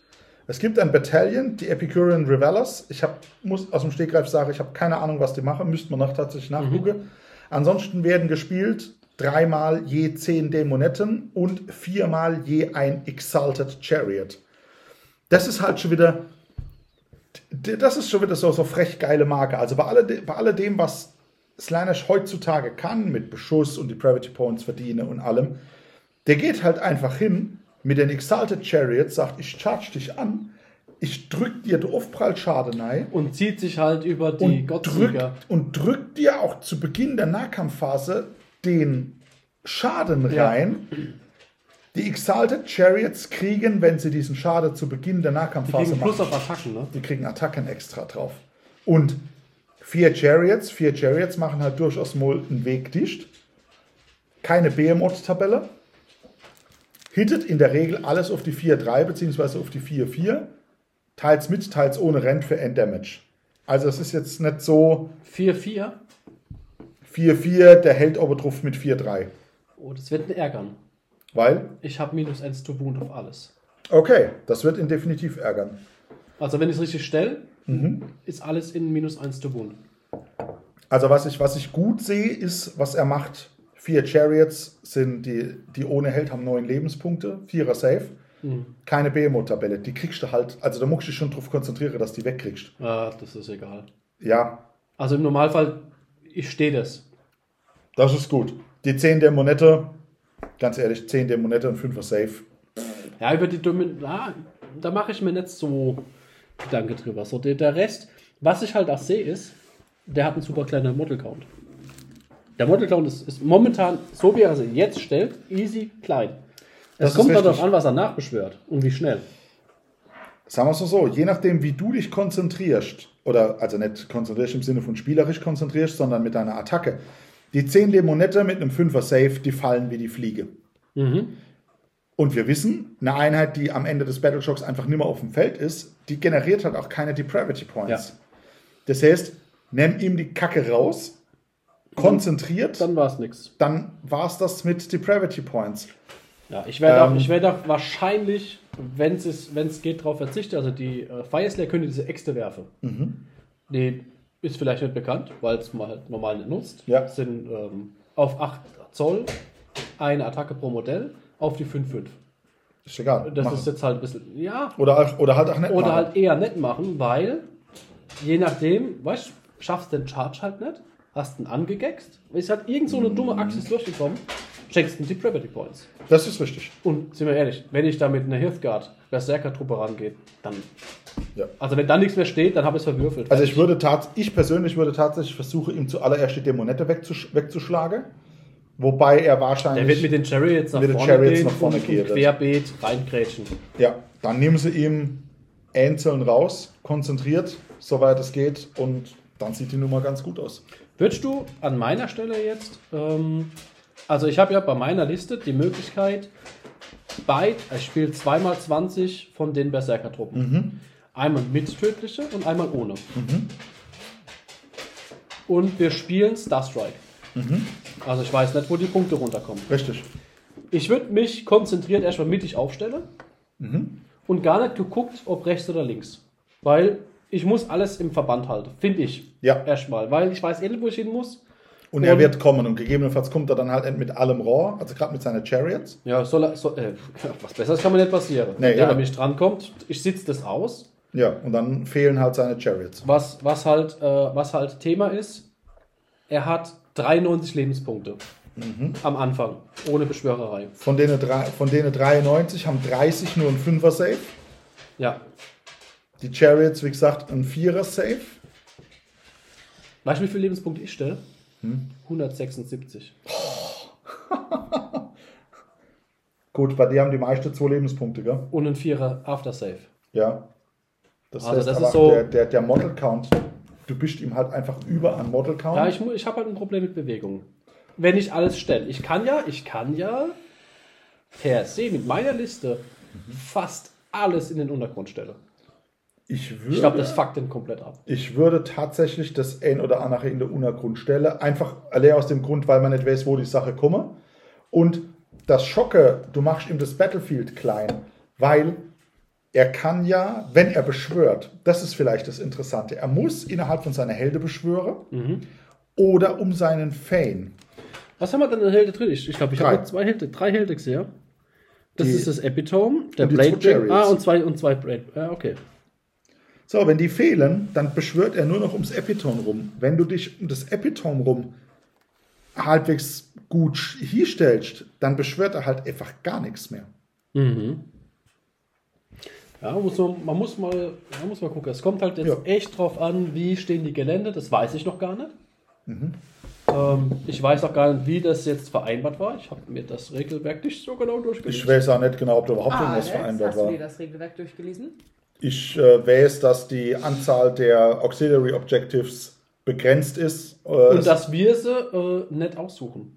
Speaker 2: Es gibt ein Battalion, die Epicurean Revelers. Ich hab, muss aus dem Stegreif sagen, ich habe keine Ahnung, was die machen. Müsste man noch tatsächlich nachgucken. Ansonsten werden gespielt dreimal je zehn Dämonetten und viermal je ein Exalted Chariot. Das ist halt schon wieder, d- das ist schon wieder so, so frech geile Marke. Also bei, alle, bei alledem, was Slanish heutzutage kann, mit Beschuss und die Gravity Points verdiene und allem, der geht halt einfach hin mit den Exalted Chariots, sagt, ich charge dich an, ich drück dir den Aufprallschaden ein
Speaker 4: Und zieht sich halt über die
Speaker 2: und
Speaker 4: Gottsieger.
Speaker 2: drückt, und drückt dir auch zu Beginn der Nahkampfphase den Schaden
Speaker 4: Ja.
Speaker 2: rein. Die Exalted Chariots kriegen, wenn sie diesen Schaden zu Beginn der
Speaker 4: Die
Speaker 2: Nahkampfphase
Speaker 4: kriegen Plus
Speaker 2: machen,
Speaker 4: auf Attacken, ne?
Speaker 2: die kriegen Attacken extra drauf. Und vier Chariots, vier Chariots machen halt durchaus mal einen Weg dicht. Keine Behemoth-Tabelle. Hittet in der Regel alles auf die 4-3 bzw. auf die 4-4. Teils mit, teils ohne Rent für Enddamage. Also es ist jetzt nicht so
Speaker 4: 4-4.
Speaker 2: 4-4, der hält aber drauf mit 4-3.
Speaker 4: Oh, das wird ein Ärgern.
Speaker 2: Weil,
Speaker 4: Ich habe minus 1 to wound auf alles.
Speaker 2: okay, das wird ihn definitiv ärgern.
Speaker 4: Also wenn ich es richtig stelle,
Speaker 2: Mhm.
Speaker 4: ist alles in minus 1 to wound.
Speaker 2: Also was ich, was ich gut sehe, ist, was er macht. Vier Chariots sind die, die ohne Held haben neun Lebenspunkte, vierer Safe.
Speaker 4: Hm.
Speaker 2: Keine BMO-Tabelle, die kriegst du halt, also da musst du dich schon drauf konzentrieren, dass du die wegkriegst.
Speaker 4: Ah, das ist egal.
Speaker 2: Ja,
Speaker 4: Also im Normalfall, ich stehe das.
Speaker 2: das ist gut. Die 10 der Monette, ganz ehrlich, 10 der Monette und 5er Safe.
Speaker 4: Ja, über die Domin ah, da mache ich mir nicht so Gedanken drüber. So, der, der Rest, was ich halt auch sehe, ist, der hat einen super kleinen Model-Count. Der Model-Count ist, ist momentan, so wie er sie jetzt stellt, easy klein.
Speaker 2: Das
Speaker 4: Es
Speaker 2: ist
Speaker 4: kommt dann
Speaker 2: richtig.
Speaker 4: darauf an, was er nachbeschwört und wie schnell.
Speaker 2: Sagen wir es mal so, je nachdem, wie du dich konzentrierst, oder also nicht konzentrierst im Sinne von spielerisch konzentrierst, sondern mit deiner Attacke. Die 10 Dämonette mit einem 5er Safe, die fallen wie die Fliege.
Speaker 4: Mhm.
Speaker 2: Und wir wissen, eine Einheit, die am Ende des Battleshocks einfach nimmer auf dem Feld ist, die generiert halt auch keine Depravity Points.
Speaker 4: Ja.
Speaker 2: Das heißt, nimm ihm die Kacke raus, konzentriert, dann,
Speaker 4: Dann war es nichts.
Speaker 2: dann war es das mit Depravity Points.
Speaker 4: Ja, ich werde
Speaker 2: Ähm.
Speaker 4: auch, ich werd auch wahrscheinlich, wenn es geht, darauf verzichten. Also die äh, Fireslayer könnte diese Äxte werfen.
Speaker 2: Mhm.
Speaker 4: Die ist vielleicht nicht bekannt, weil es man halt normal nicht nutzt.
Speaker 2: Ja.
Speaker 4: Sind ähm, auf 8 Zoll eine Attacke pro Modell auf die 5-5.
Speaker 2: Ist egal.
Speaker 4: Das
Speaker 2: mach.
Speaker 4: ist jetzt halt ein bisschen, ja.
Speaker 2: oder, auch- oder halt auch nicht.
Speaker 4: Oder
Speaker 2: machen.
Speaker 4: halt eher nicht machen, weil je nachdem, weißt du, schaffst den Charge halt nicht, hast ihn angegext, ist halt irgend so eine dumme Axis durchgekommen, schenkst ihm die Property Points.
Speaker 2: das ist richtig.
Speaker 4: Und sind wir ehrlich, wenn ich da mit einer Hifgard Berserker-Truppe rangehe, dann.
Speaker 2: Ja.
Speaker 4: Also wenn da nichts mehr steht, dann habe ich es verwürfelt.
Speaker 2: Also ich würde tats ich persönlich würde tatsächlich versuchen, ihm zuallererst die Dämonette wegzusch wegzuschlagen. Wobei er wahrscheinlich.
Speaker 4: der wird mit den Chariots nach
Speaker 2: Mit den
Speaker 4: vorne
Speaker 2: Chariots
Speaker 4: gehen
Speaker 2: nach vorne
Speaker 4: und,
Speaker 2: gehen,
Speaker 4: und
Speaker 2: das-
Speaker 4: querbeet reingrätschen.
Speaker 2: ja, dann nehmen sie ihm einzeln raus, konzentriert, soweit es geht, und dann sieht die Nummer ganz gut aus.
Speaker 4: Würdest du an meiner Stelle jetzt ähm, Also ich habe ja bei meiner Liste die Möglichkeit, bei, ich spiele zweimal 20 von den Berserker-Truppen.
Speaker 2: Mhm.
Speaker 4: Einmal mit tödliche und einmal ohne. Und wir spielen Starstrike.
Speaker 2: Mhm.
Speaker 4: Also ich weiß nicht, wo die Punkte runterkommen.
Speaker 2: Richtig.
Speaker 4: Ich würde mich konzentriert erstmal mittig aufstellen
Speaker 2: Mhm.
Speaker 4: und gar nicht geguckt, ob rechts oder links. Weil ich muss alles im Verband halten, finde ich.
Speaker 2: Ja.
Speaker 4: Erstmal, weil ich weiß eh, nicht, wo ich hin muss.
Speaker 2: Und er
Speaker 4: Und-
Speaker 2: wird kommen und gegebenenfalls kommt er dann halt ent- mit allem Rohr, also gerade mit seiner Chariots.
Speaker 4: Ja, soll er, soll, äh, was Besseres kann mir nicht passieren.
Speaker 2: Nee,
Speaker 4: Wenn
Speaker 2: ja.
Speaker 4: der an mich drankommt, ich sitze das aus.
Speaker 2: Ja, und dann fehlen halt seine Chariots.
Speaker 4: Was, was, halt, äh, was halt Thema ist, er hat 93 Lebenspunkte
Speaker 2: Mhm.
Speaker 4: am Anfang, ohne Beschwörerei.
Speaker 2: Von denen, drei, von denen 93 haben 30 nur ein 5er Save.
Speaker 4: Ja.
Speaker 2: Die Chariots, wie gesagt, ein 4er Save.
Speaker 4: Weißt du, wie viele Lebenspunkte ich stelle?
Speaker 2: Hm.
Speaker 4: 176.
Speaker 2: Gut, bei dir haben die meisten zwei Lebenspunkte, gell?
Speaker 4: Und ein Vierer Aftersave.
Speaker 2: Ja. Das
Speaker 4: Also
Speaker 2: heißt
Speaker 4: das
Speaker 2: aber,
Speaker 4: ist so-
Speaker 2: der, der, der Model Count, du bist ihm halt einfach über an Model Count.
Speaker 4: Ja, ich, mu- ich habe halt ein Problem mit Bewegung. Wenn ich alles stelle. Ich kann ja, ich kann ja per se mit meiner Liste fast alles in den Untergrund stellen.
Speaker 2: Ich würde,
Speaker 4: Ich glaube, das fuckt den komplett ab.
Speaker 2: ich würde tatsächlich das ein oder andere in der Untergrund stellen. Einfach allein aus dem Grund, weil man nicht weiß, wo die Sache komme. Und das Schocke, du machst ihm das Battlefield klein, weil er kann ja, wenn er beschwört, das ist vielleicht das Interessante, er muss innerhalb von seiner Helde beschwören
Speaker 4: Mhm.
Speaker 2: oder um seinen Fane.
Speaker 4: Was haben wir denn in Helden drin? Ich, ich glaube, ich
Speaker 2: Drei.
Speaker 4: habe zwei Helden, drei Helden gesehen. Das
Speaker 2: Die-
Speaker 4: ist das Epitome, der
Speaker 2: Und die
Speaker 4: Blade.
Speaker 2: zwei Chariots.
Speaker 4: Ah, und zwei, und zwei Blade. Ja, okay.
Speaker 2: So, wenn die fehlen, dann beschwört er nur noch ums Epiton rum. Wenn du dich um das Epiton rum halbwegs gut sch- hinstellst, dann beschwört er halt einfach gar nichts mehr.
Speaker 4: Ja, muss man, man, muss mal, man muss mal gucken. Es kommt halt jetzt
Speaker 2: Ja.
Speaker 4: echt drauf an, wie stehen die Gelände. Das weiß ich noch gar nicht.
Speaker 2: Mhm.
Speaker 4: Ähm, ich weiß auch gar nicht, wie das jetzt vereinbart war. Ich habe mir das Regelwerk nicht so genau
Speaker 2: Ich
Speaker 4: durchgelesen.
Speaker 2: weiß auch nicht genau, ob da überhaupt
Speaker 5: Ah,
Speaker 2: irgendwas
Speaker 5: Alex,
Speaker 2: vereinbart
Speaker 5: hast du
Speaker 2: war.
Speaker 5: dir das Regelwerk durchgelesen?
Speaker 2: Ich äh, weiß, dass die Anzahl der Auxiliary Objectives begrenzt ist. Äh,
Speaker 4: Und
Speaker 2: es-
Speaker 4: dass wir sie äh, nicht aussuchen.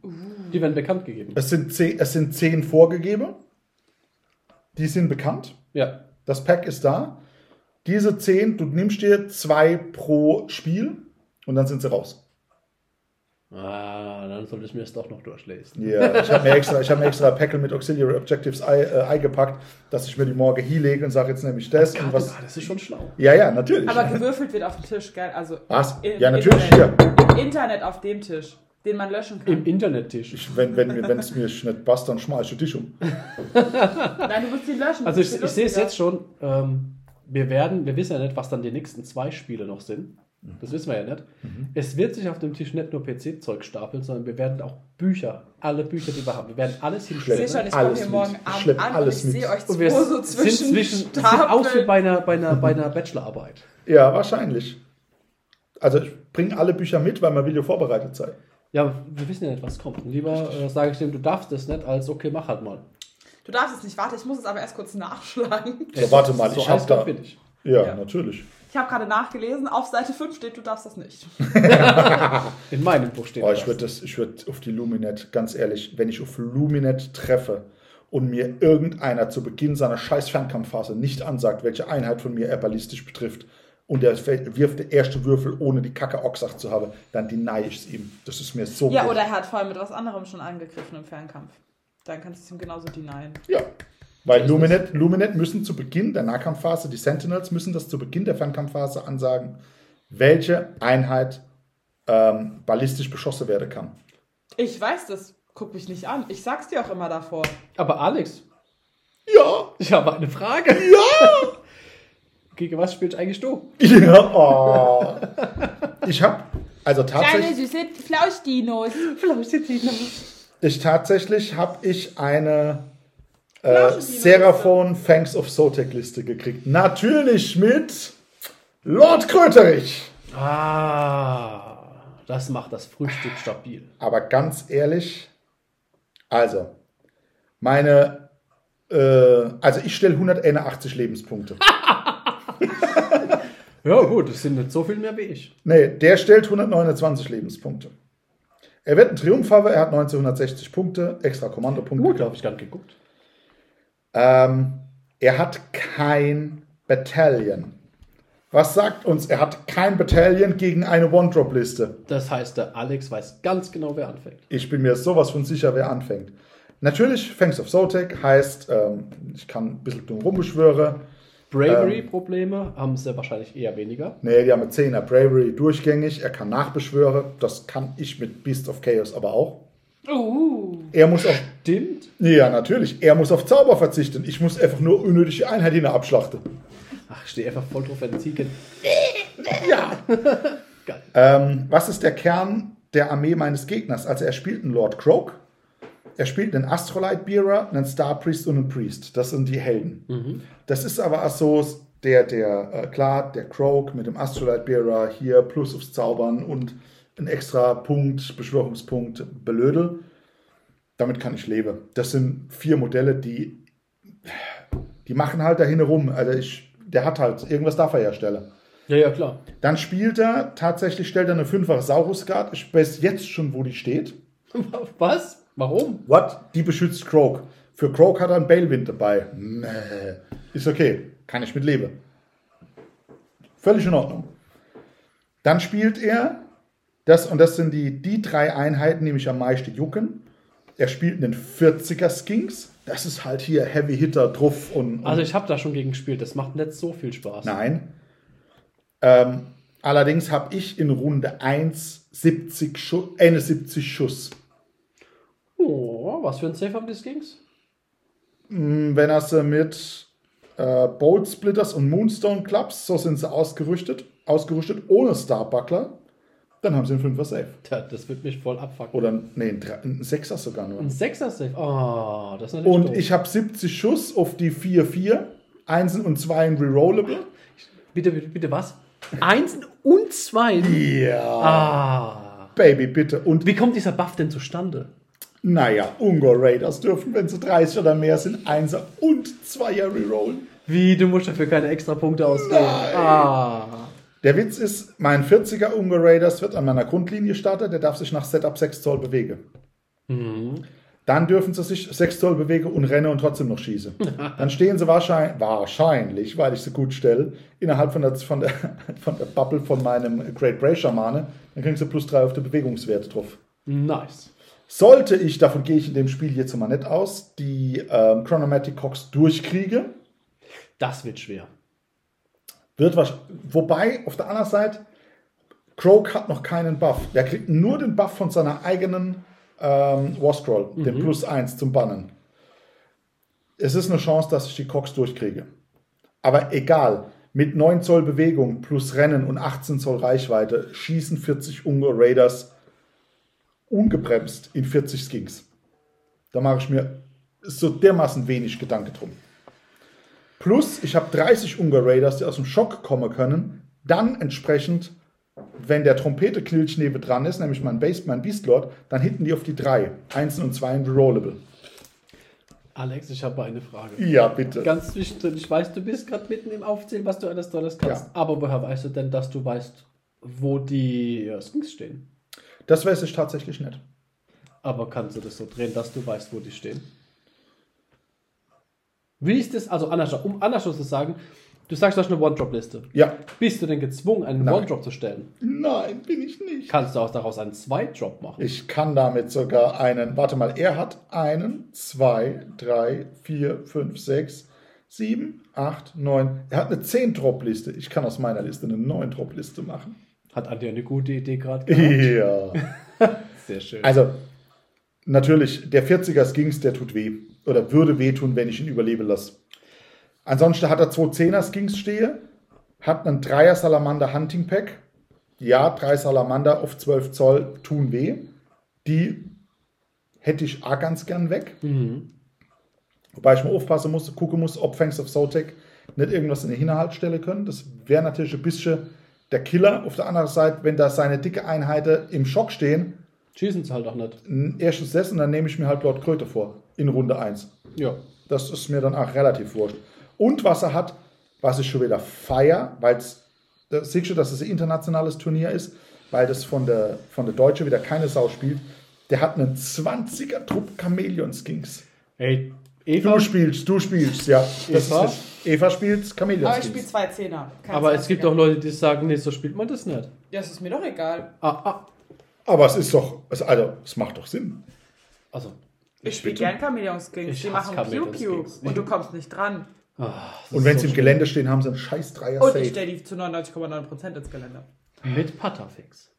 Speaker 4: Die werden bekannt gegeben.
Speaker 2: es, sind zehn, es sind zehn vorgegeben. Die sind bekannt.
Speaker 4: Ja.
Speaker 2: Das Pack ist da. Diese zehn, du nimmst dir zwei pro Spiel und dann sind sie raus.
Speaker 4: Ah, dann sollte ich mir das doch noch durchlesen.
Speaker 2: Ja, ich habe mir extra, ich hab mir extra Packel mit Auxiliary Objectives ei, äh, eingepackt, dass ich mir die morgen hinlege und sage jetzt nämlich das und was.
Speaker 4: ah, das ist schon schlau.
Speaker 2: Ja, ja, natürlich.
Speaker 5: Aber gewürfelt wird auf dem Tisch, gell? Also
Speaker 4: Ah,
Speaker 2: was?
Speaker 5: im
Speaker 2: Ja, natürlich hier.
Speaker 5: Internet. Internet auf dem Tisch, den man löschen kann.
Speaker 4: Im Internettisch.
Speaker 2: Ich, wenn wenn mir- wenn es mir nicht passt, dann schmeiß ich dich um.
Speaker 5: Nein, du musst ihn löschen.
Speaker 4: Also
Speaker 5: das
Speaker 4: ich,
Speaker 5: ist
Speaker 4: ich sehe es
Speaker 5: lustiger.
Speaker 4: jetzt schon. Ähm, wir werden, wir wissen ja nicht, was dann die nächsten zwei Spiele noch sind. Das wissen wir ja nicht.
Speaker 2: Mhm.
Speaker 4: Es wird sich auf dem Tisch nicht nur PC-Zeug stapeln, sondern wir werden auch Bücher, alle Bücher, die wir haben, wir werden alles
Speaker 5: Ich sehe
Speaker 4: hinstellen.
Speaker 5: schon, ich
Speaker 2: Alles
Speaker 5: komme hier
Speaker 2: mit.
Speaker 5: morgen
Speaker 2: Ich schlepp
Speaker 5: Abend an
Speaker 2: alles
Speaker 5: und ich
Speaker 2: mit.
Speaker 5: sehe euch
Speaker 4: Und wir
Speaker 5: zwei so
Speaker 4: sind
Speaker 5: zwischen,
Speaker 4: zwischen sieht aus wie
Speaker 5: Stapeln.
Speaker 4: bei einer, bei einer, bei einer Bachelorarbeit.
Speaker 2: Ja, wahrscheinlich. Also ich bringe alle Bücher mit, weil mein Video vorbereitet sei.
Speaker 4: Ja, wir wissen ja nicht, was kommt. Und Lieber äh, sage ich dem, du darfst das nicht, als okay, mach halt mal.
Speaker 5: Du darfst es nicht, warte, ich muss es aber erst kurz nachschlagen.
Speaker 2: So, warte mal,
Speaker 4: so
Speaker 2: ich hab
Speaker 4: eiskalt
Speaker 2: da-
Speaker 4: bin ich.
Speaker 2: Ja,
Speaker 5: Ja.
Speaker 2: natürlich.
Speaker 5: Ich habe gerade nachgelesen, auf Seite 5 steht, du darfst das nicht.
Speaker 4: In meinem Buch steht
Speaker 2: Oh,
Speaker 4: das.
Speaker 2: ich würde das, ich würde auf die Luminet, ganz ehrlich, wenn ich auf Luminet treffe und mir irgendeiner zu Beginn seiner scheiß Fernkampfphase nicht ansagt, welche Einheit von mir er ballistisch betrifft und er fä- wirft der erste Würfel, ohne die Kacke Oxach zu haben, dann deny ich es ihm. Das ist mir so
Speaker 5: Ja,
Speaker 2: wurscht.
Speaker 5: oder er hat vorher mit was anderem schon angegriffen im Fernkampf. Dann kannst du es ihm genauso denyen.
Speaker 2: Ja. Weil Luminet, Luminet müssen zu Beginn der Nahkampfphase, die Sentinels müssen das zu Beginn der Fernkampfphase ansagen, welche Einheit ähm, ballistisch beschossen werden kann.
Speaker 5: Ich weiß das, guck mich nicht an. Ich sag's dir auch immer davor.
Speaker 4: Aber Alex,
Speaker 2: Ja!
Speaker 4: ich habe eine Frage. Ja! Gegen was spielst eigentlich du?
Speaker 2: Ja! Oh. Ich habe, also tatsächlich,
Speaker 5: süße Flauschdinos.
Speaker 4: Flauschdinos.
Speaker 2: ich, tatsächlich habe ich eine äh,
Speaker 5: Flaschendienst.
Speaker 2: Seraphon Fangs of Sotek Liste gekriegt. Natürlich mit Lord Kröterich.
Speaker 4: Ah, das macht das Frühstück stabil.
Speaker 2: Aber ganz ehrlich, also, meine, äh, also ich stelle 181 Lebenspunkte.
Speaker 4: Ja, gut, es sind nicht so viel mehr wie ich.
Speaker 2: nee, der stellt 129 Lebenspunkte. Er wird ein Triumph haben, er hat 1960 Punkte, extra Kommandopunkte.
Speaker 4: Gut, da habe ich gar nicht geguckt.
Speaker 2: Ähm, er hat kein Battalion. Was sagt uns, er hat kein Battalion gegen eine One-Drop-Liste?
Speaker 4: Das heißt, der Alex weiß ganz genau, wer anfängt.
Speaker 2: Ich bin mir sowas von sicher, wer anfängt. Natürlich, Fangs of Zotek heißt, ähm, ich kann ein bisschen dumm rumbeschwöre.
Speaker 4: Bravery-Probleme haben sie wahrscheinlich eher weniger.
Speaker 2: Nee, die haben mit 10er Bravery durchgängig. Er kann Nachbeschwöre. Das kann ich mit Beast of Chaos aber auch. Er muss auf.
Speaker 4: Stimmt.
Speaker 2: Ja, natürlich. Er muss auf Zauber verzichten. Ich muss einfach nur unnötige Einheit hin abschlachten.
Speaker 4: Ach, ich stehe einfach voll drauf, wenn Ziegen.
Speaker 2: Ja.
Speaker 4: Geil.
Speaker 2: ähm, was ist der Kern der Armee meines Gegners? Also er spielt einen Lord Croak, er spielt einen Astrolight Bearer, einen Star Priest und einen Priest. Das sind die Helden. Das ist aber auch so, der, der, äh, klar, der Croak mit dem Astrolight Bearer hier plus aufs Zaubern und ein extra Punkt, Beschwörungspunkt, Belödel. Damit kann ich leben. Das sind vier Modelle, die die machen halt dahin rum. Also ich, der hat halt, irgendwas darf er ja stellen.
Speaker 4: Ja, ja, klar.
Speaker 2: Dann spielt er, tatsächlich stellt er eine 5er Saurus Guard. Ich weiß jetzt schon, wo die steht.
Speaker 4: Was? Warum?
Speaker 2: What? Die beschützt Croak. Für Croak hat er einen Bailwind dabei. Nee. Ist okay. Kann ich mit leben. Völlig in Ordnung. Dann spielt er das, und das sind die, die drei Einheiten, die mich am meisten jucken. Er spielt einen 40er Skinks. Das ist halt hier Heavy Hitter, Truff und, und
Speaker 4: Also ich habe da schon gegen gespielt. Das macht nicht so viel Spaß.
Speaker 2: Nein. Ähm, allerdings habe ich in Runde 1 70 Schuss, 71 äh, ne, Schuss.
Speaker 4: Oh, was für ein Safe haben die Skins?
Speaker 2: Hm, Wenn er sie mit äh, Bolt Splitters und Moonstone Clubs, so sind sie ausgerüstet, ausgerüstet ohne Star Buckler, dann haben sie einen 5er Safe.
Speaker 4: Tja, das wird mich voll abfucken.
Speaker 2: Oder nee, einen Dre- einen 6er sogar nur.
Speaker 4: Ein Sechser Safe. Ah, das ist natürlich
Speaker 2: Und
Speaker 4: doof.
Speaker 2: ich habe 70 Schuss auf die 4-4. Einsen und Zweien rerollable.
Speaker 4: Bitte, bitte, bitte was? Eins und zwei.
Speaker 2: Ja,
Speaker 4: Ah.
Speaker 2: Baby, bitte. Und
Speaker 4: Wie kommt dieser Buff denn zustande?
Speaker 2: Naja, Ungor Raiders dürfen, wenn sie 30 oder mehr sind, 1er und 2er rerollen.
Speaker 4: Wie, du musst dafür keine extra Punkte ausgeben. Ah.
Speaker 2: Der Witz ist, mein 40er Ungor Raiders wird an meiner Grundlinie starten, der darf sich nach Setup 6 Zoll bewegen. Dann dürfen sie sich 6 Zoll bewegen und rennen und trotzdem noch schießen. Dann stehen sie wahrscheinlich, wahrscheinlich weil ich sie gut stelle, innerhalb von der, von, der, von der Bubble von meinem Great Bray Schamane. Dann kriegen sie plus 3 auf den Bewegungswert drauf.
Speaker 4: Nice.
Speaker 2: Sollte ich, davon gehe ich in dem Spiel jetzt mal nicht aus, die ähm, Chronomatic Cox durchkriege,
Speaker 4: Das wird schwer.
Speaker 2: Wird was. Wobei, auf der anderen Seite, Croak hat noch keinen Buff. Der kriegt nur den Buff von seiner eigenen ähm, War-Scroll, den Plus 1 zum Bannen. Es ist eine Chance, dass ich die Cox durchkriege. Aber egal, mit 9 Zoll Bewegung plus Rennen und 18 Zoll Reichweite schießen 40 Ungo Raiders ungebremst in 40 Skinks. Da mache ich mir so dermaßen wenig Gedanken drum. Plus, ich habe 30 Ungar Raiders, die aus dem Schock kommen können. Dann entsprechend, wenn der Trompete Knilch neben dran ist, nämlich mein, Base, mein Beastlord, dann hinten die auf die 3. Einsen und 2 rerollable.
Speaker 4: Alex, ich habe eine Frage.
Speaker 2: Ja, bitte.
Speaker 4: Ganz zwischendrin, ich weiß, du bist gerade mitten im Aufzählen, was du alles Tolles kannst.
Speaker 2: Ja.
Speaker 4: Aber woher weißt du denn, dass du weißt, wo die äh, Skins stehen?
Speaker 2: Das weiß ich tatsächlich nicht.
Speaker 4: Aber kannst du das so drehen, dass du weißt, wo die stehen? Wie ist das, also anders, um anders zu sagen, du sagst, du hast eine One-Drop-Liste.
Speaker 2: Ja.
Speaker 4: Bist du denn gezwungen, einen
Speaker 2: Nein.
Speaker 4: One-Drop zu stellen?
Speaker 2: Nein, bin ich nicht.
Speaker 4: Kannst du auch daraus einen Zwei-Drop machen?
Speaker 2: Ich kann damit sogar einen. Warte mal, er hat einen, zwei, drei, vier, fünf, sechs, sieben, acht, neun. Er hat eine 10-Drop-Liste. Ich kann aus meiner Liste eine 9-Drop-Liste machen.
Speaker 4: Hat Andi eine gute Idee gerade
Speaker 2: Ja.
Speaker 4: gehabt? Sehr schön.
Speaker 2: Also, natürlich, der 40er Skings, der tut weh. Oder würde wehtun, wenn ich ihn überleben lasse. Ansonsten hat er zwei 10er Skings stehe, hat einen 3er Salamander Hunting Pack. Ja, drei Salamander auf 12 Zoll tun weh. Die hätte ich auch ganz gern weg. Wobei ich mal aufpassen muss, gucken muss, ob Fangs of Zotek nicht irgendwas in den Hinterhalt stellen können. Das wäre natürlich ein bisschen der Killer. Auf der anderen Seite, wenn da seine dicke Einheiten im Schock stehen,
Speaker 4: Schießen sie halt auch nicht.
Speaker 2: ein erstes Set und dann nehme ich mir halt Lord Kröte vor in Runde 1.
Speaker 4: Ja.
Speaker 2: Das ist mir dann auch relativ wurscht. Und was er äh, hat, was ich schon wieder feier, weil es, da siehst du, dass es ein internationales Turnier ist, weil das von der, von der Deutsche wieder keine Sau spielt. Der hat einen 20er-Trupp Chameleon Skins.
Speaker 4: Ey,
Speaker 2: Du
Speaker 4: Eva,
Speaker 2: spielst, du spielst, ja. Das
Speaker 4: Eva?
Speaker 2: Ist richtig. Eva spielt Chameleon
Speaker 5: Aber Ah, ich spiele
Speaker 2: Skins.
Speaker 5: zwei Zehner. Keine
Speaker 4: aber es
Speaker 5: 20er.
Speaker 4: gibt auch Leute, die sagen, nee, so spielt man das nicht.
Speaker 5: Ja, es ist mir doch egal.
Speaker 4: Ah, ah.
Speaker 2: Aber es ist doch, es, also, es macht doch Sinn.
Speaker 4: Also,
Speaker 5: Ich spiele
Speaker 2: bitte?
Speaker 5: gern Chameleon-Skins.
Speaker 4: Ich
Speaker 5: Die
Speaker 4: hasse
Speaker 5: machen Piu-Piu.
Speaker 4: Chameleon-Skins.
Speaker 5: Und du kommst nicht dran.
Speaker 4: ah, das
Speaker 2: Und
Speaker 4: ist
Speaker 2: wenn sie
Speaker 4: so
Speaker 2: im Gelände stehen, haben sie einen scheiß Dreier
Speaker 5: Und ich
Speaker 2: Safe.
Speaker 5: stelle die zu 99,9% ins Gelände.
Speaker 4: schlimm. Mit Patafix.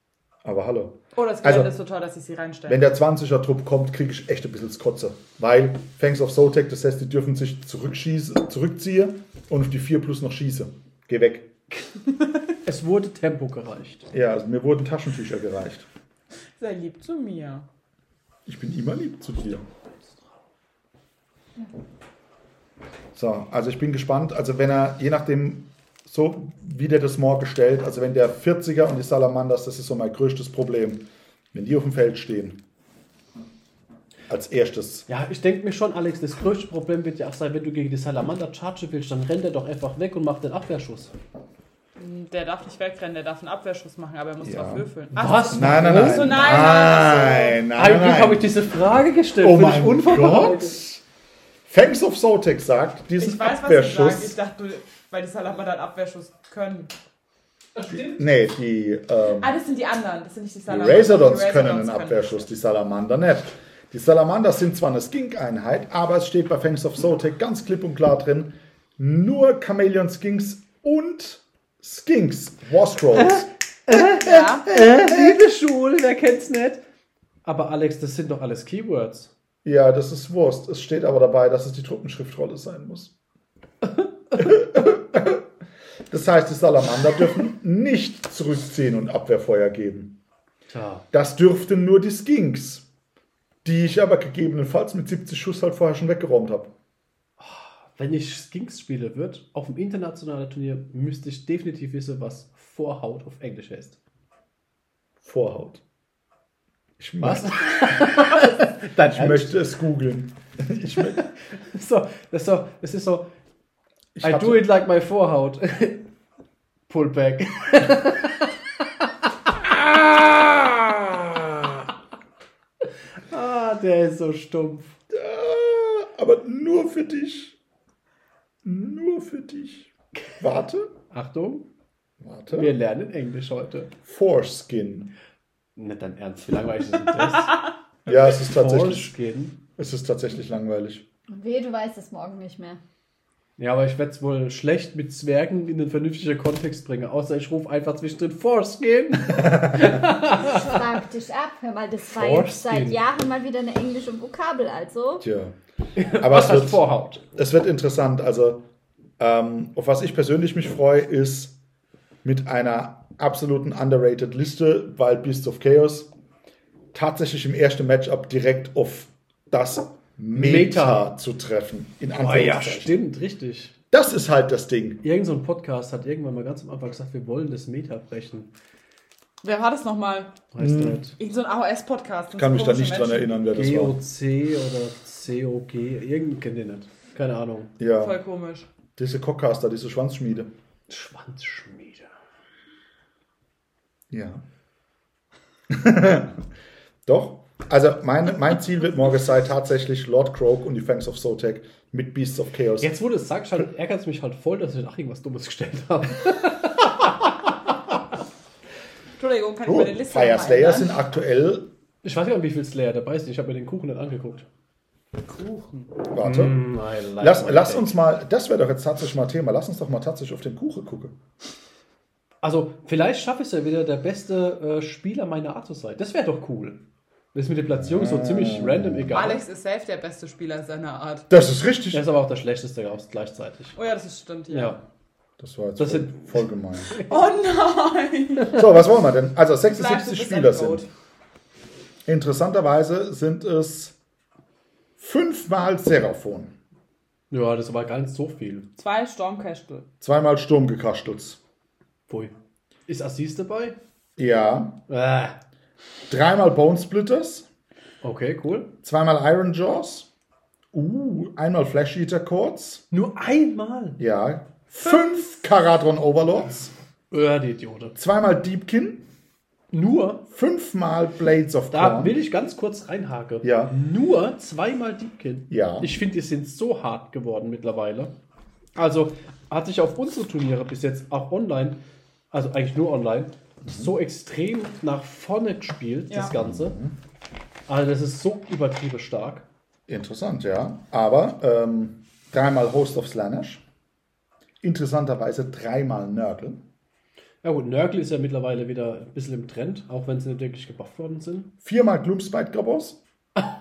Speaker 2: Aber hallo.
Speaker 5: Oh, das
Speaker 2: Also-
Speaker 5: Gelände ist so toll, dass ich sie reinstelle.
Speaker 2: Wenn der 20er Trupp kommt, kriege ich echt ein bisschen das Kotze. Weil Fangs of Zotek, das heißt, die dürfen sich zurückschießen, zurückziehen und auf die 4 plus noch schießen. Geh weg.
Speaker 4: Es wurde Tempo gereicht.
Speaker 2: Ja, also mir wurden Taschentücher gereicht.
Speaker 5: Sei lieb zu mir.
Speaker 2: Ich bin immer lieb zu dir. So, also ich bin gespannt. Also wenn er, je nachdem, so wie der das Morg gestellt, also wenn der 40er und die Salamanders, das ist so mein größtes Problem, wenn die auf dem Feld stehen. Als erstes.
Speaker 4: Ja, ich denke mir schon, Alex, das größte Problem wird ja auch sein, wenn du gegen die Salamander charge willst, dann rennt er doch einfach weg und macht den Abwehrschuss.
Speaker 5: Der darf nicht wegrennen, der darf einen Abwehrschuss machen, aber er muss
Speaker 2: Ja.
Speaker 5: drauf würfeln.
Speaker 4: Was?
Speaker 2: Nein, nein,
Speaker 4: Ach
Speaker 2: nein.
Speaker 4: Oh, so,
Speaker 5: nein, nein,
Speaker 2: nein,
Speaker 4: Ein Glück habe
Speaker 2: nein,
Speaker 4: ich diese Frage gestellt.
Speaker 2: Oh
Speaker 4: Bin ich
Speaker 2: mein
Speaker 4: unvorbereitet?
Speaker 2: Gott. Fangs of Zotek sagt, diesen
Speaker 5: Ich weiß, was du
Speaker 2: Abwehrschuss.
Speaker 5: sagst. Ich dachte, du- weil die Salamander einen Abwehrschuss können.
Speaker 2: nee, die. Ähm,
Speaker 5: Ah, das sind die anderen. Das sind nicht die
Speaker 2: Die
Speaker 5: Salamander.
Speaker 2: Razordons
Speaker 5: Die
Speaker 2: können einen
Speaker 5: Razordons
Speaker 2: Abwehrschuss, die Salamander nicht. Die Salamander sind zwar eine Skink-Einheit, aber es steht bei Fangs of Zotek ganz klipp und klar drin, nur Chameleon Skinks und Skinks, War Scrolls.
Speaker 5: Ja.
Speaker 4: Liebe Schule, wer kennt's nicht? Aber Alex, das sind doch alles Keywords.
Speaker 2: ja, das ist Wurst. Es steht aber dabei, dass es die Truppenschriftrolle sein muss. das heißt, die Salamander dürfen nicht zurückziehen und Abwehrfeuer geben.
Speaker 4: Tja.
Speaker 2: Das dürften nur die Skinks, die ich aber gegebenenfalls mit 70 Schuss halt vorher schon weggeräumt habe.
Speaker 4: Wenn ich Skinks spiele wird, auf dem internationalen Turnier, müsste ich definitiv wissen, was Vorhaut auf Englisch heißt.
Speaker 2: Vorhaut. Ich, Möchte,
Speaker 4: Dein
Speaker 2: ich möchte es googeln. Ich, mö-
Speaker 4: So, das ist so, das ist so
Speaker 2: ich
Speaker 4: I
Speaker 2: hatte-
Speaker 4: do it like my Vorhaut. Pull back. ah, der ist so stumpf.
Speaker 2: Ah, aber nur für dich. Nur für dich. Warte.
Speaker 4: Achtung, wir
Speaker 2: Warte.
Speaker 4: lernen Englisch heute.
Speaker 2: Foreskin.
Speaker 4: Nicht dein Ernst, wie langweilig ist denn das?
Speaker 2: Ja, es ist tatsächlich,
Speaker 4: Foreskin.
Speaker 2: es ist tatsächlich langweilig.
Speaker 1: Weh, du weißt es morgen nicht mehr.
Speaker 4: Ja, aber ich werde es wohl schlecht mit Zwergen in den vernünftigen Kontext bringen. Außer ich rufe einfach zwischendrin Foreskin.
Speaker 1: Frag dich ab. Hör mal, das war jetzt seit
Speaker 4: Foreskin.
Speaker 1: Jahren mal wieder eine englische Vokabel, also.
Speaker 2: Tja. Aber es
Speaker 4: heißt
Speaker 2: wird,
Speaker 4: Vorhaut?
Speaker 2: es wird interessant. Also, ähm, auf was ich persönlich mich freue, ist mit einer absoluten underrated Liste, weil Beasts of Chaos tatsächlich im ersten Matchup direkt auf das Meta, zu treffen. In Anführungszeichen.
Speaker 4: stimmt, richtig.
Speaker 2: das ist halt das Ding.
Speaker 4: Irgend so ein Podcast hat irgendwann mal ganz am Anfang gesagt, wir wollen das Meta brechen.
Speaker 5: Wer war das nochmal?
Speaker 4: Heißt halt
Speaker 5: Irgend so ein AOS-Podcast.
Speaker 2: Ich kann mich da nicht dran erinnern, wer Hm. das war.
Speaker 4: GOC oder COG, irgendein kennt ihr nicht. Keine Ahnung.
Speaker 2: Ja,
Speaker 5: Voll komisch.
Speaker 2: diese Cockcaster, diese Schwanzschmiede.
Speaker 4: Schwanzschmiede.
Speaker 2: Ja. Doch. Also mein, mein Ziel wird morgen sein, tatsächlich Lord Croak und die Fangs of Zotek mit Beasts of Chaos.
Speaker 4: Jetzt, wo du es sagst, halt, ärgert es mich halt voll, dass ich ach irgendwas Dummes gestellt habe.
Speaker 5: Entschuldigung, kann ich
Speaker 2: Oh,
Speaker 5: meine Liste
Speaker 2: Fire
Speaker 5: noch mal
Speaker 2: Slayer
Speaker 5: ändern?
Speaker 2: sind aktuell.
Speaker 4: Ich weiß gar nicht, wie viel Slayer dabei ist. Ich habe mir den Kuchen nicht angeguckt.
Speaker 2: Warte.
Speaker 4: Mm.
Speaker 2: Lass, lass uns mal, das wäre doch jetzt tatsächlich mal Thema. Lass uns doch mal tatsächlich auf den Kuchen gucken.
Speaker 4: Also, vielleicht schaffe ich es ja wieder, der beste äh, Spieler meiner Art zu sein. Das wäre doch cool. Das ist mit der Platzierung so ziemlich random egal.
Speaker 5: Alex ist safe der beste Spieler seiner Art.
Speaker 2: Das ist richtig.
Speaker 4: Der ist aber auch der schlechteste auch gleichzeitig.
Speaker 5: Oh ja, das ist stimmt, ja.
Speaker 4: Ja.
Speaker 2: Das war jetzt
Speaker 4: Das
Speaker 2: voll,
Speaker 4: sind-
Speaker 2: voll gemein.
Speaker 5: Oh nein!
Speaker 2: So, was wollen wir denn? Also
Speaker 5: Bleib, du
Speaker 2: 76
Speaker 5: bist
Speaker 2: Spieler
Speaker 5: ein Goat.
Speaker 2: sind. Interessanterweise sind es fünfmal Seraphon,
Speaker 4: Ja, das war gar nicht so viel.
Speaker 5: Zwei Stormcastle.
Speaker 2: zweimal Sturmgekastels.
Speaker 4: Pui. Ist Assis dabei?
Speaker 2: Ja.
Speaker 4: Äh.
Speaker 2: Dreimal Bonesplitters,
Speaker 4: Okay, cool.
Speaker 2: zweimal Iron Jaws, uh, einmal Flash Eater Chords,
Speaker 4: Nur einmal.
Speaker 2: ja. Fünf Karadron Overlords,
Speaker 4: Äh, die Idiote.
Speaker 2: zweimal Deepkin,
Speaker 4: Nur,
Speaker 2: Fünfmal Blades of
Speaker 4: da
Speaker 2: Dawn.
Speaker 4: will ich ganz kurz reinhaken.
Speaker 2: Ja.
Speaker 4: Nur zweimal Diebkind.
Speaker 2: Ja.
Speaker 4: Ich finde, die sind so hart geworden mittlerweile. Also hat sich auf unsere Turniere bis jetzt auch online, also eigentlich nur online,
Speaker 2: Mhm.
Speaker 4: so extrem nach vorne gespielt, das
Speaker 5: Ja.
Speaker 4: Ganze.
Speaker 2: Mhm.
Speaker 4: Also das ist so übertrieben stark.
Speaker 2: Interessant, ja. Aber ähm, dreimal Host of Slanish. Interessanterweise dreimal Nörgel.
Speaker 4: Ja gut, Nörgel ist ja mittlerweile wieder ein bisschen im Trend, auch wenn sie nicht wirklich gebufft worden sind.
Speaker 2: Viermal Gloomspite Gobos.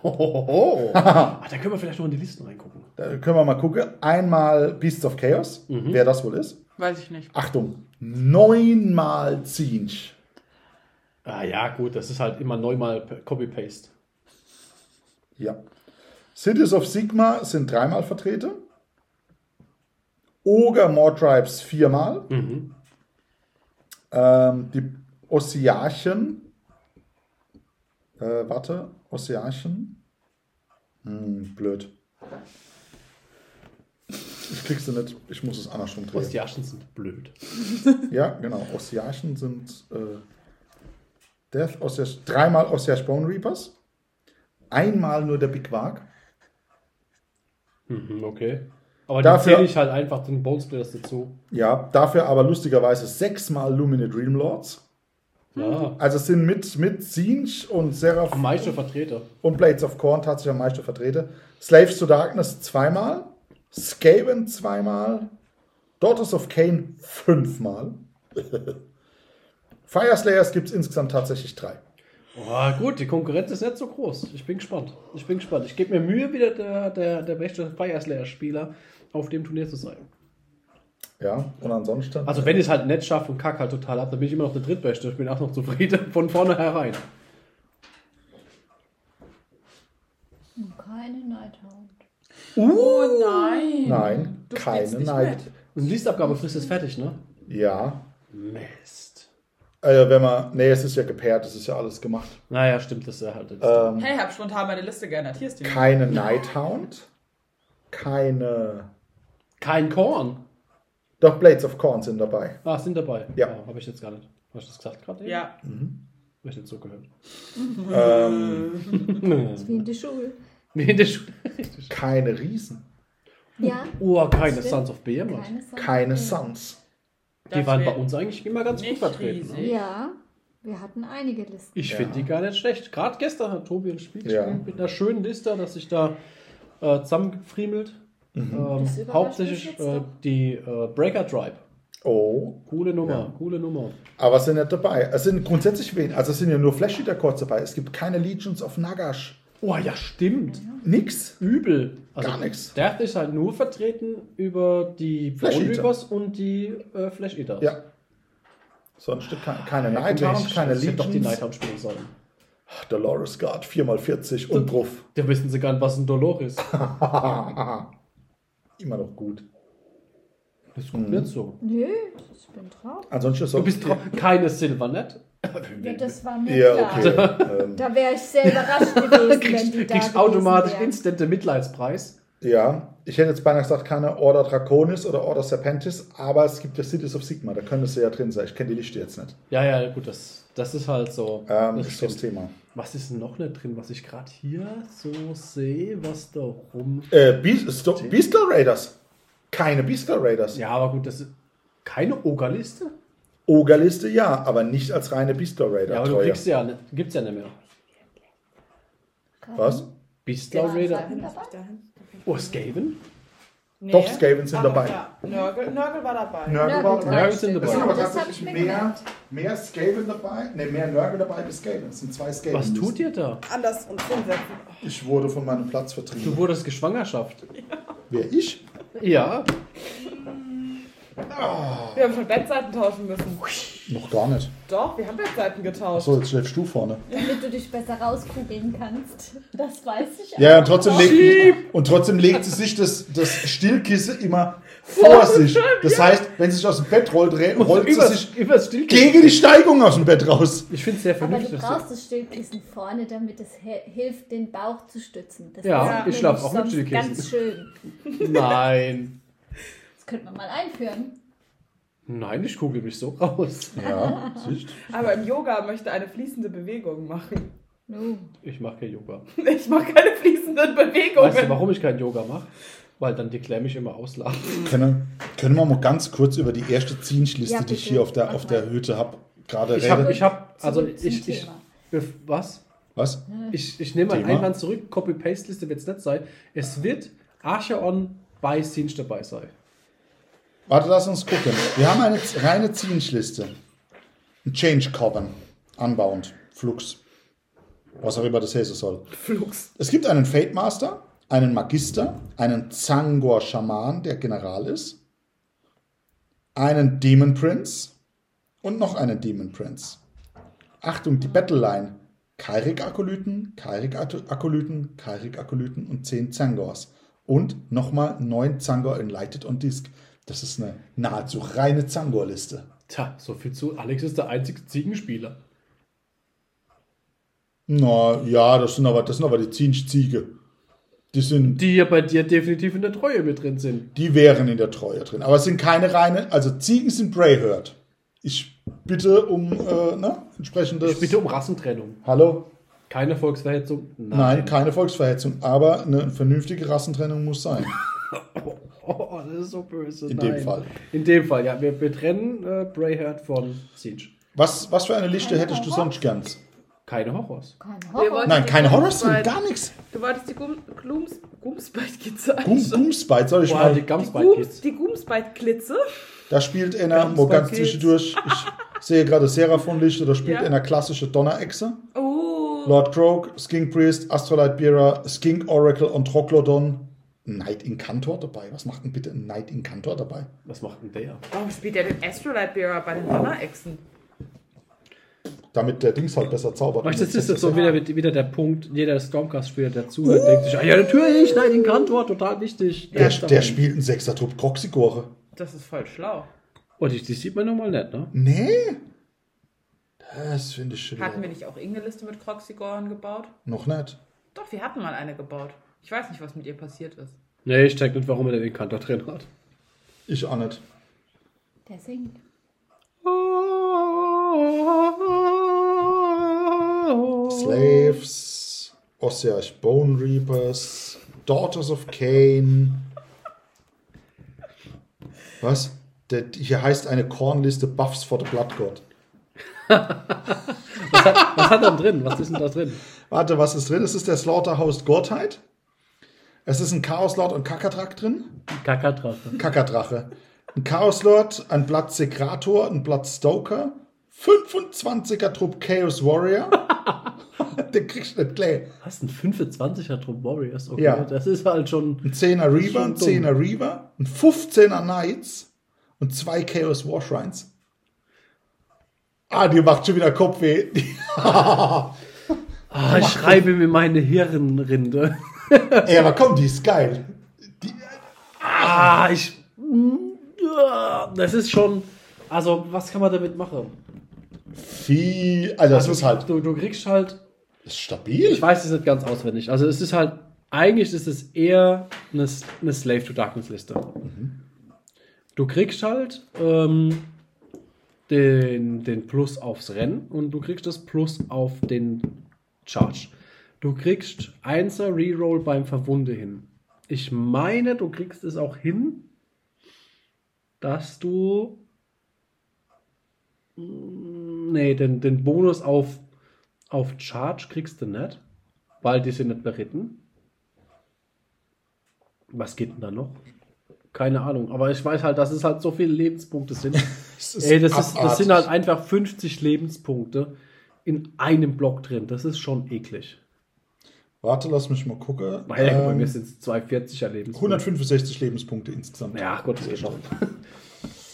Speaker 4: Hohoho. Ah, da können wir vielleicht noch in die Listen reingucken.
Speaker 2: Da können wir mal gucken. Einmal Beasts of Chaos.
Speaker 4: Mhm.
Speaker 2: Wer das wohl ist.
Speaker 5: Weiß ich nicht.
Speaker 2: Achtung. Neunmal Zinch.
Speaker 4: Ah ja, gut, das ist halt immer neu mal p- Copy-Paste.
Speaker 2: Ja. Cities of Sigma sind dreimal vertreten. Ogre Mordtribes viermal. Ähm, die Ossiarchen. Äh, warte, Ossiarchen. Hm, blöd. Ich krieg sie nicht. Ich muss es andersrum drehen.
Speaker 4: Ostiaschen sind blöd.
Speaker 2: Ja, genau. Ossiarchen sind äh, Death Ossiarch, dreimal Ossiarch Bone Reapers. Einmal nur der Big Wag.
Speaker 4: Mhm, okay. Aber
Speaker 2: Dafür-
Speaker 4: da zähle ich halt einfach den Bonesplitters dazu.
Speaker 2: Ja, dafür aber lustigerweise sechsmal Lumine Dream Lords.
Speaker 4: Ja.
Speaker 2: Also es sind mit, mit Zinch und Seraph
Speaker 4: Am meisten Vertreter.
Speaker 2: und Blades of Korn tatsächlich am meisten vertreten. Slaves to Darkness zweimal, Skaven zweimal, Daughters of Cain fünfmal. Fireslayers gibt es insgesamt tatsächlich drei.
Speaker 4: Oh, gut, die Konkurrenz ist nicht so groß. Ich bin gespannt. Ich bin gespannt. Ich gebe mir Mühe, wieder der, der, der beste Fire Slayer-Spieler auf dem Turnier zu sein.
Speaker 2: Ja, und ansonsten.
Speaker 4: Also wenn ich es halt nicht schaffe und kack halt total ab, dann bin ich immer noch der Drittbeste. Ich bin auch noch zufrieden von vornherein.
Speaker 1: Keine Neidhaut.
Speaker 5: Oh nein.
Speaker 2: Nein,
Speaker 5: Du
Speaker 2: keine
Speaker 5: spielst nicht
Speaker 2: Neid.
Speaker 4: Und die Listabgabe frisst ist fertig, ne?
Speaker 2: Ja.
Speaker 4: Mist.
Speaker 2: Also wenn man. Nee, es ist ja gepaart, es ist ja alles gemacht.
Speaker 4: Naja, stimmt, das ist ja halt.
Speaker 2: Ähm,
Speaker 5: Hey, hab spontan meine Liste geändert. Hier ist die.
Speaker 2: keine Nighthound. Keine.
Speaker 4: Kein Korn.
Speaker 2: Doch, Blades of Corn sind dabei.
Speaker 4: Ah, sind dabei.
Speaker 2: Ja.
Speaker 4: Ah, Habe ich jetzt gar nicht. Habe ich das gesagt gerade? eben?
Speaker 5: Ja.
Speaker 4: Hab ich nicht so gehört.
Speaker 2: ähm,
Speaker 1: Wie in der Schule.
Speaker 4: Nee, in der Schule.
Speaker 2: keine Riesen.
Speaker 1: Ja.
Speaker 4: Oh, keine
Speaker 1: Stimmt.
Speaker 4: Sons of Behemoth.
Speaker 1: Keine Sonne.
Speaker 2: Keine Suns.
Speaker 5: Das
Speaker 4: Die waren
Speaker 5: wär-
Speaker 4: bei uns eigentlich immer ganz gut
Speaker 5: nicht
Speaker 4: vertreten. Ne?
Speaker 5: riesig.
Speaker 1: Ja, wir hatten einige Listen.
Speaker 4: Ich
Speaker 2: Ja.
Speaker 4: finde die gar nicht schlecht. Gerade gestern hat Tobi ein Spiel
Speaker 2: Ja.
Speaker 4: gespielt mit einer schönen Liste, dass sich da äh, zusammengefriemelt.
Speaker 1: Das
Speaker 2: Mhm.
Speaker 4: Ähm,
Speaker 1: überrascht mich
Speaker 4: hauptsächlich
Speaker 1: jetzt
Speaker 4: äh,
Speaker 1: doch.
Speaker 4: die äh, Breaker Tribe.
Speaker 2: Oh.
Speaker 4: Coole Nummer, coole Nummer.
Speaker 2: Aber es sind nicht dabei. Es sind grundsätzlich wen. Also es sind ja nur flash records dabei. Es gibt keine Legions of Nagash.
Speaker 4: Oh ja, stimmt.
Speaker 2: Nix.
Speaker 4: Übel.
Speaker 2: Gar nix.
Speaker 4: Death ist halt nur vertreten über die
Speaker 2: Flash Eater.
Speaker 4: Flash-Eaters und die äh, Flash-Eaters.
Speaker 2: Ja. Sonst steht kein, keine
Speaker 4: Ja, gut,
Speaker 2: Nighthound,
Speaker 4: ich-
Speaker 2: keine
Speaker 4: ich hätte doch die
Speaker 2: Legions.
Speaker 4: Nighthound spielen sollen.
Speaker 2: Dolores Guard, 4x40 und Bruff.
Speaker 4: Da wissen sie gar nicht, was ein Dolores ist.
Speaker 2: Immer noch gut.
Speaker 4: Das kommt
Speaker 2: Mhm.
Speaker 4: nicht so.
Speaker 1: Nö, ich bin drauf.
Speaker 2: Ansonsten
Speaker 4: Du bist
Speaker 2: drauf.
Speaker 4: keine Silvernet.
Speaker 1: Ja, das war mir
Speaker 2: Ja,
Speaker 1: klar.
Speaker 2: okay. ähm,
Speaker 1: Da wäre ich sehr überrascht gewesen, wenn die
Speaker 4: kriegst,
Speaker 1: da
Speaker 4: kriegst
Speaker 1: gewesen
Speaker 4: automatisch
Speaker 1: wären.
Speaker 4: instante Mitleidspreis.
Speaker 2: ja, ich hätte jetzt beinahe gesagt, keine Order Draconis oder Order Serpentis, aber es gibt ja Cities of Sigma, da könnte es ja drin sein. Ich kenne die Liste jetzt nicht.
Speaker 4: Ja, ja, gut, das, das ist halt so.
Speaker 2: Ähm,
Speaker 4: das
Speaker 2: ist so das
Speaker 4: stimmt.
Speaker 2: Thema.
Speaker 4: Was ist denn noch nicht drin, was ich gerade hier so sehe, was da rum.
Speaker 2: Äh, Beast, Sto- Beastal Raiders. Keine Beastal Raiders.
Speaker 4: Ja, aber gut, das ist keine Ogerliste.
Speaker 2: Ogerliste ja, aber nicht als reine Beastal Raider.
Speaker 4: Ja, aber du
Speaker 2: Treue.
Speaker 4: kriegst ja, ne, gibt's ja nicht mehr.
Speaker 2: Was?
Speaker 4: Beastlaw Raider.
Speaker 1: Waren
Speaker 5: Lass mich
Speaker 1: dabei?
Speaker 5: dahin.
Speaker 4: Oh, Skaven?
Speaker 5: Nee.
Speaker 2: Doch, Skaven sind
Speaker 5: Aber
Speaker 2: dabei.
Speaker 5: Ja. Nörgel, Nörgel war dabei.
Speaker 2: Ah, Nörgel
Speaker 1: Nörgel
Speaker 2: war
Speaker 1: dabei.
Speaker 2: dabei.
Speaker 4: Nörgel sind
Speaker 2: Es sind
Speaker 4: dabei.
Speaker 2: aber
Speaker 1: Das hab
Speaker 2: tatsächlich
Speaker 1: ich mir
Speaker 2: mehr,
Speaker 1: gemerkt.
Speaker 2: mehr Skaven dabei, ne, mehr Nörgel dabei wie Skaven. Es sind zwei Skaven.
Speaker 4: Was tut ihr da?
Speaker 5: Anders uns hinsetzen.
Speaker 2: Ich wurde von meinem Platz vertrieben.
Speaker 4: Du wurdest geschwangerschaft.
Speaker 2: Wer ich?
Speaker 4: Ja. Oh.
Speaker 5: Wir haben schon Bettseiten tauschen müssen.
Speaker 2: Noch gar nicht.
Speaker 5: Doch, wir haben Bettseiten getauscht.
Speaker 2: So, jetzt schläfst du vorne.
Speaker 1: Damit du dich besser rauskugeln kannst. Das weiß ich
Speaker 2: Ja, und
Speaker 1: einfach
Speaker 2: trotzdem
Speaker 1: noch.
Speaker 2: legt, und trotzdem legt sie sich das, das Stillkissen immer vor sich. Das heißt, wenn sie sich aus dem Bett rollt, re- rollt sie sich
Speaker 4: übers Stillkissen.
Speaker 2: gegen die Steigung aus dem Bett raus.
Speaker 4: Ich finde es sehr
Speaker 1: Aber
Speaker 4: vernünftig.
Speaker 1: du
Speaker 4: dass du-
Speaker 1: brauchst das Stillkissen vorne, damit es he- hilft, den Bauch zu stützen. Das
Speaker 4: Ja,
Speaker 1: ist
Speaker 4: ich schlaf
Speaker 1: nämlich
Speaker 4: auch
Speaker 1: sonst
Speaker 4: mit Stillkissen.
Speaker 1: Ganz schön.
Speaker 4: Nein.
Speaker 1: Das könnte man mal einführen.
Speaker 4: Nein, ich kugel mich so aus.
Speaker 2: Ja, siehst
Speaker 5: Aber im Yoga möchte eine fließende Bewegung machen.
Speaker 1: Oh.
Speaker 4: Ich mache kein Yoga.
Speaker 5: Ich mache keine fließenden Bewegungen.
Speaker 4: Weißt du, warum ich kein Yoga mache? Weil dann die Claire mich immer auslachen.
Speaker 2: können, können wir mal ganz kurz über die erste Ziehschliste,
Speaker 1: Ja,
Speaker 2: die ich
Speaker 1: bitte.
Speaker 2: hier auf der, auf der Hütte habe, gerade
Speaker 4: Ich habe,
Speaker 2: rede?
Speaker 4: ich hab,
Speaker 1: Zurück
Speaker 4: also
Speaker 1: zum
Speaker 4: ich, ich,
Speaker 1: Thema. Äh.
Speaker 4: was?
Speaker 2: Was?
Speaker 4: Ich, ich nehme meinen
Speaker 2: Thema?
Speaker 4: Einwand zurück. Copy-Paste-Liste wird es nicht sein. Es wird Archeon bei Sinch dabei sein.
Speaker 2: Warte, lass uns gucken. Wir haben eine z- reine Ziehschliste. Ein Change Coven. Unbound. Flux. Was auch immer das heißen soll.
Speaker 5: Flugs.
Speaker 2: Es gibt einen Fate Master, einen Magister, einen Zangor Schaman, der General ist, einen Demon Prince und noch einen Demon Prince. Achtung, die Battle Line. Kairik Akolyten, Kairik Akolyten, Kairik Akolyten und 10 Zangors. Und nochmal 9 Zangor in Lighted on Disk. Das ist eine nahezu reine Zangor-Liste.
Speaker 4: Tja, so viel zu. Alex ist der einzige Ziegenspieler.
Speaker 2: Na ja, das sind aber, das sind aber die 10 Ziege. Die sind
Speaker 4: Die ja bei dir definitiv in der Treue mit drin sind.
Speaker 2: Die wären in der Treue drin. Aber es sind keine reine, also Ziegen sind Greyherd. Ich bitte um äh, ne, entsprechendes.
Speaker 4: Ich bitte um Rassentrennung.
Speaker 2: Hallo?
Speaker 4: Keine Volksverhetzung.
Speaker 2: Nein, keine Volksverhetzung, aber eine vernünftige Rassentrennung muss sein.
Speaker 4: Oh, das ist so böse.
Speaker 2: In
Speaker 4: Nein.
Speaker 2: dem Fall.
Speaker 4: In dem Fall, ja. Wir, wir trennen äh, Brayherd von Siege.
Speaker 2: Was, was für eine Liste hättest du sonst gern?
Speaker 4: Keine Horrors.
Speaker 1: Kein
Speaker 5: Wir
Speaker 1: Horror.
Speaker 5: wollten-
Speaker 2: Nein, keine Horrors drin, gar nichts.
Speaker 5: Du wolltest die Gum- Glooms- Gumsbite-Glitze
Speaker 2: Gum,
Speaker 5: anschauen.
Speaker 2: Gumspite, soll ich
Speaker 4: Boah, halt die
Speaker 2: mal.
Speaker 4: Gumsbite
Speaker 5: Gums-
Speaker 4: geht's.
Speaker 5: Die Gumsbite-Glitze.
Speaker 2: Da spielt einer,
Speaker 4: Gums
Speaker 2: wo ganz
Speaker 4: Paket.
Speaker 2: zwischendurch, ich sehe gerade Seraphon-Lichter, da spielt
Speaker 5: Ja.
Speaker 2: einer klassische Donnerechse.
Speaker 5: Oh.
Speaker 2: Lord Croak, Skink Priest, Astrolite Bearer, Skink Oracle und Troglodon. Knight Incantor dabei. Was macht denn bitte ein Knight Incantor dabei?
Speaker 4: Was macht denn der?
Speaker 5: Warum spielt er den Astrolite Bearer bei den Donnerechsen?
Speaker 2: Damit der Dings halt besser zaubert.
Speaker 4: Weißt du, das ist jetzt so wieder, wieder der Punkt, jeder Stormcast-Spieler, der zuhört, denkt sich, ah ja, natürlich, nein, den Kantor, total wichtig.
Speaker 2: der,
Speaker 4: Ja,
Speaker 2: der spielt einen Sechsertrupp Croxigore.
Speaker 5: Das ist voll schlau.
Speaker 4: Und die, die sieht man normal nicht, ne?
Speaker 2: Nee. Das finde ich schön.
Speaker 5: Hatten wir nicht auch irgendeine Liste mit Croxigoren gebaut?
Speaker 2: Noch nicht.
Speaker 5: Doch, wir hatten mal eine gebaut. Ich weiß nicht, was mit ihr passiert ist.
Speaker 4: Nee, ich check nicht, warum er den Kantor drin hat.
Speaker 2: Ich auch nicht.
Speaker 1: Der singt.
Speaker 2: Slaves, Ossiach Bone Reapers, Daughters of Cain. Was? Der, hier heißt eine Kornliste Buffs for the Blood God.
Speaker 4: Was hat er denn drin? Was ist denn da drin?
Speaker 2: Warte, was ist drin? Es ist der Slaughterhouse Gottheit. Es ist ein Chaos Lord und Kakatrak drin.
Speaker 4: Kakatrache.
Speaker 2: Kakadrache. Ein Chaos Lord, ein Blatt Sekrator, ein Blatt Stoker, 25er Trupp Chaos Warrior. Den kriegst du nicht gleich.
Speaker 4: Was, ein 25er Trupp Warriors? Okay,
Speaker 2: Ja.
Speaker 4: das ist halt schon...
Speaker 2: Ein 10er Reaver, ein
Speaker 4: Das ist schon
Speaker 2: 10er Reaver, ein 15er Knights und zwei Chaos War Shrines. Ah, die macht schon wieder Kopfweh.
Speaker 4: Ah, ich schreibe mir meine Hirnrinde.
Speaker 2: Ey, aber komm, die ist geil.
Speaker 4: Ah, ich... Mm, Das ist schon... Also, was kann man damit machen?
Speaker 2: Viel. Also, das
Speaker 4: Also,
Speaker 2: ist halt
Speaker 4: Du, du kriegst halt
Speaker 2: das ist stabil.
Speaker 4: Ich weiß es nicht ganz auswendig. Also es ist halt, eigentlich ist es eher eine, S- eine Slave to Darkness Liste. Du kriegst halt ähm, den, den Plus aufs Rennen und du kriegst das Plus auf den Charge. Du kriegst 1er Reroll beim Verwunde hin. Ich meine, du kriegst es auch hin, dass du. Mm, Nee, den, den Bonus auf auf Charge kriegst du nicht, weil die sind nicht beritten. Was geht denn da noch? Keine Ahnung, aber ich weiß halt, dass es halt so viele Lebenspunkte sind.
Speaker 2: Das
Speaker 4: Ey, das, ist, das
Speaker 2: abartig.
Speaker 4: sind halt einfach 50 Lebenspunkte in einem Block drin. Das ist schon eklig.
Speaker 2: Warte, lass mich mal gucken.
Speaker 4: Weil ähm, bei
Speaker 2: Ähm,
Speaker 4: mir sind es 240er Lebenspunkte.
Speaker 2: 165 Lebenspunkte insgesamt.
Speaker 4: Ja, gut, das geht noch.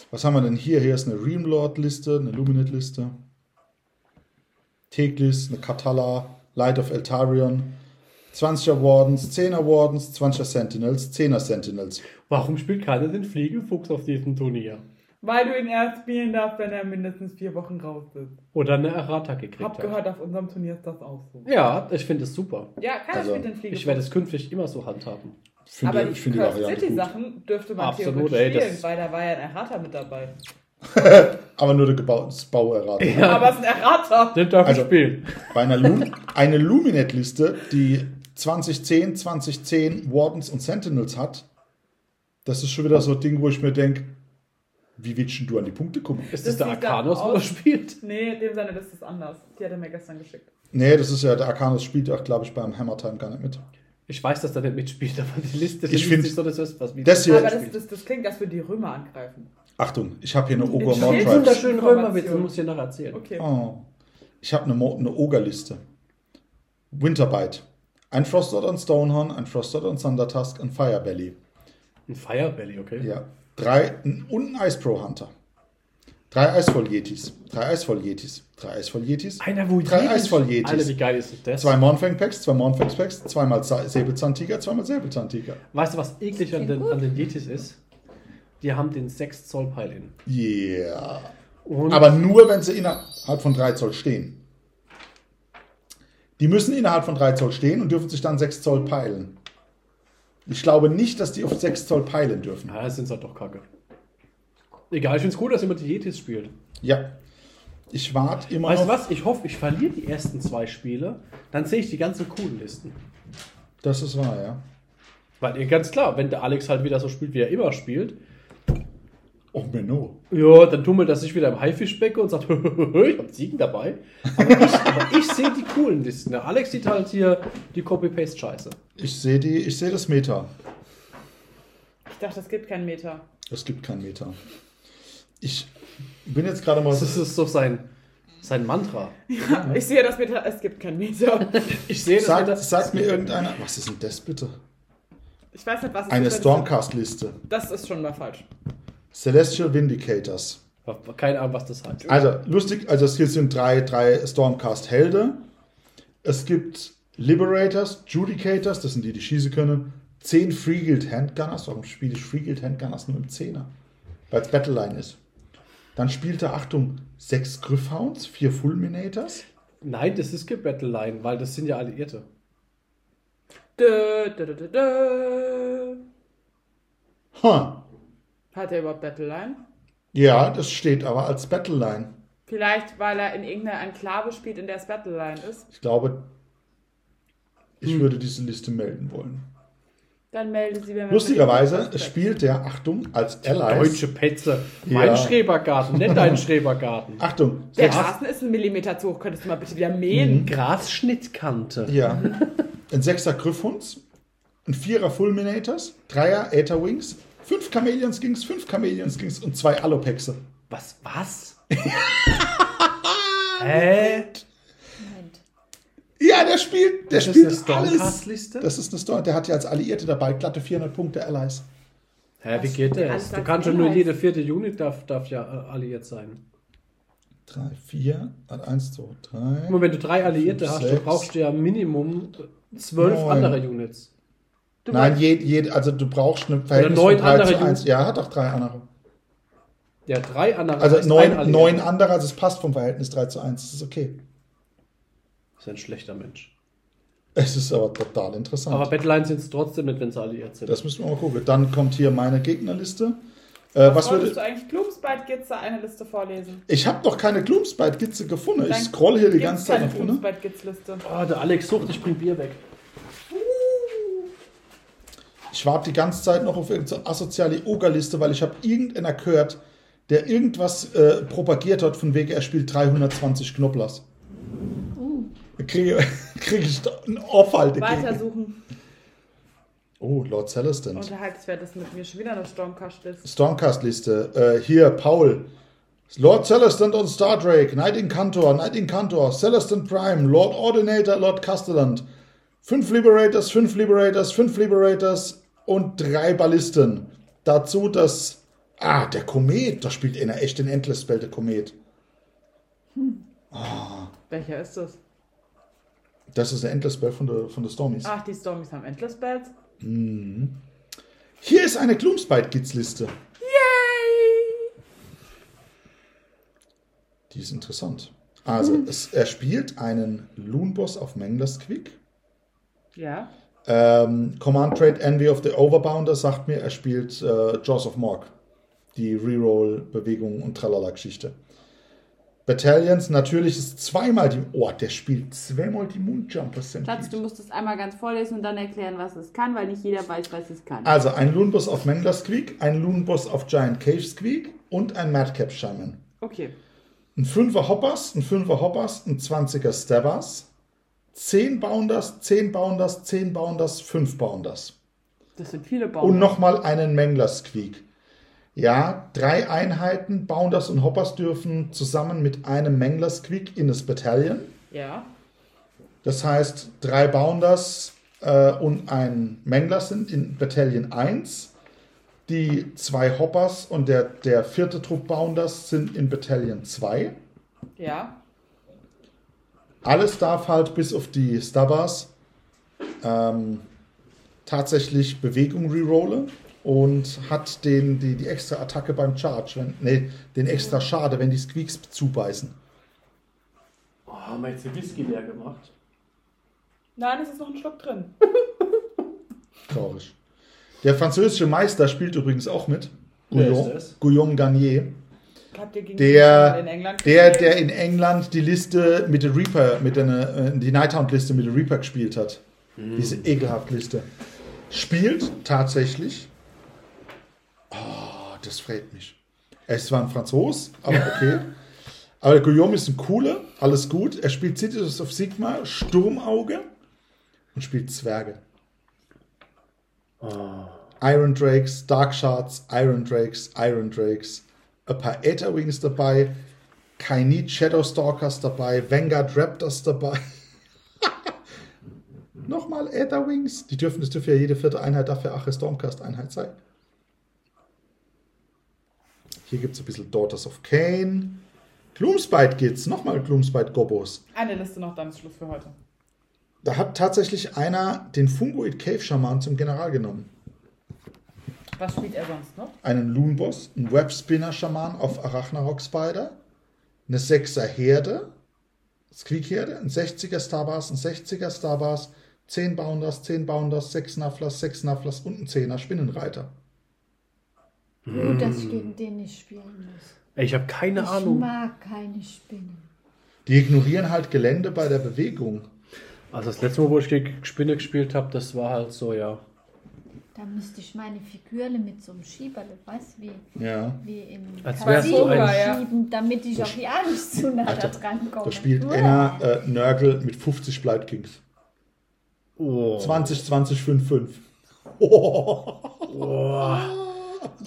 Speaker 2: Was haben wir denn hier? Hier ist eine Reamlord-Liste, eine Luminate-Liste. Teglis, eine Katala, Light of Eltarion, 20er Wardens, 10er Wardens, 20er Sentinels, 10er Sentinels.
Speaker 4: Warum spielt keiner den Fliegenfuchs auf diesem Turnier?
Speaker 5: Weil du ihn erst spielen darfst, wenn er mindestens vier Wochen raus ist.
Speaker 4: Oder eine Errata gekriegt
Speaker 5: Hab
Speaker 4: hat.
Speaker 5: gehört, auf unserem Turnier ist das auch so.
Speaker 4: Ja, ich finde es super.
Speaker 5: Ja, keiner
Speaker 2: Also,
Speaker 5: spielt den Flieger.
Speaker 4: Ich werde es künftig immer so handhaben.
Speaker 2: Finde-
Speaker 5: aber die
Speaker 2: finde
Speaker 5: Curse
Speaker 2: Variante
Speaker 5: City Sachen dürfte man
Speaker 4: Absolut,
Speaker 5: theoretisch
Speaker 4: ey, das-
Speaker 5: spielen, weil da war ja ein Errater mit dabei.
Speaker 2: Aber nur der Gebau- das Bauerrat.
Speaker 5: Aber es ist ein Errater.
Speaker 4: Den darf
Speaker 2: Also-
Speaker 4: ich spielen.
Speaker 2: Bei einer Lu eine Luminet-Liste, die 2010, 2010 Wardens und Sentinels hat, das ist schon wieder so ein Ding, wo ich mir denke, wie willst denn du an die Punkte kommen?
Speaker 4: Ist
Speaker 5: Das
Speaker 4: das der
Speaker 5: sieht dann
Speaker 4: Arcanos, wo
Speaker 5: aus-
Speaker 4: er spielt?
Speaker 5: Nee, dem seine Liste ist anders. Die hat er mir gestern geschickt.
Speaker 2: Nee, das ist ja, der Arcanus spielt ja, glaube ich, beim Hammer Time gar nicht mit.
Speaker 4: Ich weiß, dass da nicht mitspielt, aber die Liste
Speaker 2: Ich
Speaker 4: liest
Speaker 2: find-
Speaker 4: sich so, dass das was wie
Speaker 2: Das hier-
Speaker 5: Aber das, das, das klingt, als würden die Römer angreifen.
Speaker 2: Achtung, ich habe hier eine
Speaker 5: Ich
Speaker 2: Ogre Mount
Speaker 5: stehe schon da-
Speaker 2: Tribes.
Speaker 4: wunderschönen Römerwitz, den muss ich dir noch erzählen.
Speaker 5: Okay.
Speaker 2: Oh. Ich habe eine, Mo- eine Ogre-Liste. Winterbite. Ein Frostod und Stonehorn, ein Frostod und Thundertusk, ein Fire Valley.
Speaker 4: Ein Fire Valley, okay.
Speaker 2: Ja. Drei, n- und ein Ice Pro Hunter. Drei Eisvoll-Yetis. Drei Eisvoll-Yetis. Drei Eisvoll-Yetis.
Speaker 4: Einer, wo
Speaker 2: Drei
Speaker 4: jedes-
Speaker 2: Eisvoll-Yetis.
Speaker 4: Alter, wie geil ist das?
Speaker 2: Zwei Mornfang-Packs, zwei Mornfang-Packs, zweimal Sa- Säbelzahntiger, zweimal Säbelzahntiger.
Speaker 4: Weißt du, was eklig an den, an den Yetis ist? Die haben den 6 Zoll Pile in.
Speaker 2: Yeah.
Speaker 4: Und
Speaker 2: Aber nur, wenn sie innerhalb von 3 Zoll stehen. Die müssen innerhalb von 3 Zoll stehen und dürfen sich dann 6 Zoll peilen. Ich glaube nicht, dass die auf 6 Zoll peilen dürfen.
Speaker 4: Ja, das sind halt doch kacke. Egal, ich find's cool, dass jemand die Yetis spielt.
Speaker 2: Ja. Ich warte immer
Speaker 4: Weißt du
Speaker 2: noch.
Speaker 4: was? Ich hoffe, ich verliere die ersten zwei Spiele, dann sehe ich die ganzen coolen Listen.
Speaker 2: Das ist wahr, ja.
Speaker 4: Weil ja, ganz klar, wenn der Alex halt wieder so spielt, wie er immer spielt,
Speaker 2: Oh, Menno.
Speaker 4: ja, dann tummelt er sich wieder im Haifischbecken und sagt, ich hab Siegen dabei. Aber ich, aber ich sehe die coolen Listen. Der Alex sieht halt hier die Copy-Paste-Scheiße.
Speaker 2: Ich sehe die, ich sehe das Meta.
Speaker 5: Ich dachte, es gibt keinen Meter.
Speaker 2: Es gibt kein Meta. Ich bin jetzt gerade mal.
Speaker 4: Das ist doch sein, sein Mantra.
Speaker 5: Ich sehe das Meter, es gibt keinen Meter.
Speaker 4: Ich sehe das.
Speaker 2: Sagt
Speaker 4: wieder-
Speaker 2: sagt mir irgendeiner. Was ist denn das bitte?
Speaker 5: Ich weiß nicht, was es
Speaker 2: Eine
Speaker 5: ist, wenn es-
Speaker 2: Stormcast-Liste.
Speaker 5: Das ist schon mal falsch.
Speaker 2: Celestial Vindicators.
Speaker 4: Keine Ahnung, was das heißt.
Speaker 2: Also, lustig, also es hier sind drei, drei Stormcast-Helde. Es gibt Liberators, Judicators, das sind die, die schießen können. Zehn Freeguild Handgunners. Warum spiele ich Freeguild Handgunners nur im Zehner? Weil es Battleline ist. Dann spielte, Achtung, sechs Griffhounds, vier Fulminators.
Speaker 4: Nein, das ist kein Battleline, weil das sind ja Alliierte.
Speaker 5: Dö, dö, dö, dö, dö.
Speaker 2: Ha.
Speaker 5: Hat er überhaupt Battleline?
Speaker 2: Ja, das steht aber als Battleline.
Speaker 5: Vielleicht, weil er in irgendeiner Enklave spielt, in der es Battleline ist.
Speaker 2: Ich glaube, ich würde diese Liste melden wollen.
Speaker 5: Dann melden sie, wenn wir.
Speaker 2: Lustigerweise spielt der, Achtung, als Allies.
Speaker 4: Deutsche Petze.
Speaker 2: Ja.
Speaker 4: Mein Schrebergarten, nicht dein Schrebergarten.
Speaker 2: Achtung,
Speaker 5: Der
Speaker 2: sechs-
Speaker 5: Rasen ist ein Millimeter zu hoch. Könntest du mal bitte wieder
Speaker 2: Mhm.
Speaker 5: mähen?
Speaker 4: Grasschnittkante.
Speaker 2: Ja. Ein Sechser Griffhunds, ein Vierer Fulminators, Dreier Aetherwings, fünf Chameleons ging's, fünf Chameleons ging's und zwei Alopexe.
Speaker 4: Was? Was? Hä?
Speaker 1: Moment.
Speaker 2: Ja, der spielt, der
Speaker 4: Das ist
Speaker 2: spielt
Speaker 4: eine
Speaker 2: alles.
Speaker 4: Stormcast-Liste?
Speaker 2: Das ist eine Storm. Der hat ja als Alliierte dabei glatte 400 Punkte Allies.
Speaker 4: Hä, wie geht das?
Speaker 5: Alles
Speaker 4: Du
Speaker 5: als
Speaker 4: kannst schon nur
Speaker 5: Inhalt.
Speaker 4: jede vierte Unit darf, darf ja äh, alliiert sein.
Speaker 2: Drei, vier, also eins, zwei, drei.
Speaker 4: Und wenn du drei Alliierte
Speaker 2: Fünf,
Speaker 4: hast, dann
Speaker 2: sechs.
Speaker 4: brauchst du ja Minimum zwölf
Speaker 2: Neun.
Speaker 4: andere Units.
Speaker 2: Nein, jed, jed, also du brauchst eine Verhältnis
Speaker 4: neun
Speaker 2: von 3 zu
Speaker 4: andere
Speaker 2: 1. Ja, hat auch drei andere.
Speaker 4: Ja, drei andere.
Speaker 2: Also
Speaker 4: heißt ein
Speaker 2: neun,
Speaker 4: Alliiert.
Speaker 2: neun andere, also es passt vom Verhältnis 3 zu 1. Das ist okay.
Speaker 4: Das ist ein schlechter Mensch.
Speaker 2: Es ist aber total interessant.
Speaker 4: Aber Battleline sind es trotzdem nicht, wenn sie alliiert sind.
Speaker 2: Das müssen wir mal gucken. Dann kommt hier meine Gegnerliste. Äh, was
Speaker 5: Wolltest du
Speaker 2: würde,
Speaker 5: eigentlich Gloomspite-Gitze eine Liste vorlesen?
Speaker 2: ich habe noch keine Gloomspite-Gitze gefunden. Ich
Speaker 5: Dann
Speaker 2: scroll hier die
Speaker 5: gibt's
Speaker 2: ganze Zeit
Speaker 5: keine
Speaker 2: nach unten.
Speaker 5: Gloomspite-Gitz-Liste.
Speaker 4: oh, der Alex sucht, ich bring Bier weg.
Speaker 2: Ich warte die ganze Zeit noch auf irgendeine asoziale Ogerliste, weil ich habe irgendeiner gehört, der irgendwas äh, propagiert hat, von wegen er spielt 320 Knoblers.
Speaker 4: Uh.
Speaker 2: Da kriege krieg ich da einen Ohrfall dagegen.
Speaker 5: Weitersuchen.
Speaker 2: Oh, Lord Celestin.
Speaker 5: Unterhaltswert ist mit mir schon wieder eine Stormcast-Liste.
Speaker 2: Stormcast-Liste. Äh, hier, Paul. Lord Celestant und Stardrake, Knight Incantor, Knight Incantor, Celestant Prime, Lord Ordinator, Lord Castellant. Fünf Liberators, fünf Liberators, fünf Liberators und drei Ballisten. Dazu das. Ah, der Komet. Da spielt einer echt den Endless Spell, der Komet.
Speaker 5: Welcher ist das?
Speaker 2: Das ist der Endless Spell von der, von der Stormies.
Speaker 5: Ach, die Stormies haben Endless Bells.
Speaker 2: Hier ist eine Gloomspite-Gids-Liste. Die ist interessant. Also, es, er spielt einen Loon-Boss auf Menglers Quick.
Speaker 5: Ja.
Speaker 2: Ähm, Command Trade Envy of the Overbounder sagt mir, er spielt äh, Jaws of Morg. die Reroll-Bewegungen und Tralala-Geschichte. Battalions, natürlich ist zweimal die. Oh, der spielt zweimal die Moonjumper
Speaker 6: Schatz, du
Speaker 2: Stampede.
Speaker 6: musst es einmal ganz vorlesen und dann erklären, was es kann, weil nicht jeder weiß, was es kann.
Speaker 2: Also ein Lunboss auf Mangler Squeak, ein Lunboss auf Giant Cave Squeak und ein Madcap Shaman.
Speaker 5: Okay.
Speaker 2: Ein Fünfer Hoppers, ein Fünfer Hoppers, ein 20er Stabbers, 10 Bounders, 10 Bounders, 10 Bounders, 5 Bounders.
Speaker 6: Das sind viele
Speaker 2: Und
Speaker 6: Baum.
Speaker 2: nochmal einen Mangler Squeak. Ja, drei Einheiten, Bounders und Hoppers dürfen zusammen mit einem Mangler Squeak in das Battalion.
Speaker 5: Ja.
Speaker 2: Das heißt, drei Bounders äh, und ein Mangler sind in Battalion 1. Die zwei Hoppers und der, der vierte Trupp Bounders sind in Battalion 2.
Speaker 5: Ja.
Speaker 2: Alles darf halt bis auf die Stubbers ähm, tatsächlich Bewegung rerollen und hat den, die, die extra Attacke beim Charge, wenn, nee, den extra Schade, wenn die Squeaks zubeißen.
Speaker 4: Oh, haben wir jetzt den Whisky leer gemacht?
Speaker 5: Nein, es ist noch ein Schluck drin.
Speaker 2: Traurig. Der französische Meister spielt übrigens auch mit.
Speaker 4: Wer ist
Speaker 2: Guillaume,
Speaker 4: das?
Speaker 2: Guillaume Garnier.
Speaker 5: Habt ihr gegen
Speaker 2: Der,
Speaker 5: die in England
Speaker 2: der,
Speaker 5: gespielt?
Speaker 2: der in England die Liste mit der Reaper, mit einer, äh, die Nighthound-Liste mit der Reaper gespielt hat. Diese ekelhaft Liste. Spielt tatsächlich. Oh, das freut mich. Es war ein Franzos, aber okay. aber der Guillaume ist ein cooler, alles gut. Er spielt Cities of Sigma, Sturmauge und spielt Zwerge. Iron Drakes, Dark Shards, Iron Drakes, Iron Drakes, ein paar Aetherwings dabei, Kainit Shadowstalkers dabei, Vanguard Raptors dabei. Nochmal Aetherwings. Die dürfen, das dürfte ja jede vierte Einheit dafür Ache Stormcast-Einheit sein. Hier gibt es ein bisschen Daughters of Cain. Gloomspite geht's. Nochmal Gloomspite Gobos.
Speaker 5: Eine Liste noch, dann ist Schluss für heute.
Speaker 2: Da hat tatsächlich einer den Fungoid Cave Shaman zum General genommen.
Speaker 5: Was spielt er sonst noch?
Speaker 2: einen Loonboss, einen Webspinner-Schaman auf Arachnarok Spider, eine 6er Herde, Squeak-Herde, ein 60er Starbars, ein 60er Starbars, 10 Bounders, 10 Bounders, 6 Nufflers, 6 Nufflers und ein 10er Spinnenreiter.
Speaker 1: Gut, dass ich gegen den nicht spielen muss.
Speaker 4: Ey, ich habe keine
Speaker 1: Ich
Speaker 4: Ahnung.
Speaker 1: mag keine Spinnen.
Speaker 2: Die ignorieren halt Gelände bei der Bewegung.
Speaker 4: Also das letzte Mal, wo ich gegen Spinne gespielt habe, das war halt so, ja.
Speaker 1: Da müsste ich meine Figürle mit so einem Schieberle, weißt du, wie,
Speaker 2: Ja.
Speaker 1: wie im
Speaker 4: Als wärst
Speaker 1: Casino
Speaker 4: du
Speaker 5: ein-
Speaker 1: schieben, damit ich auch ja nicht zu nah da dran komme.
Speaker 2: Da spielt Enna äh, Nörgel mit 50 Blight Kings.
Speaker 4: Oh.
Speaker 2: 20, 20, 5, 5.
Speaker 1: Ich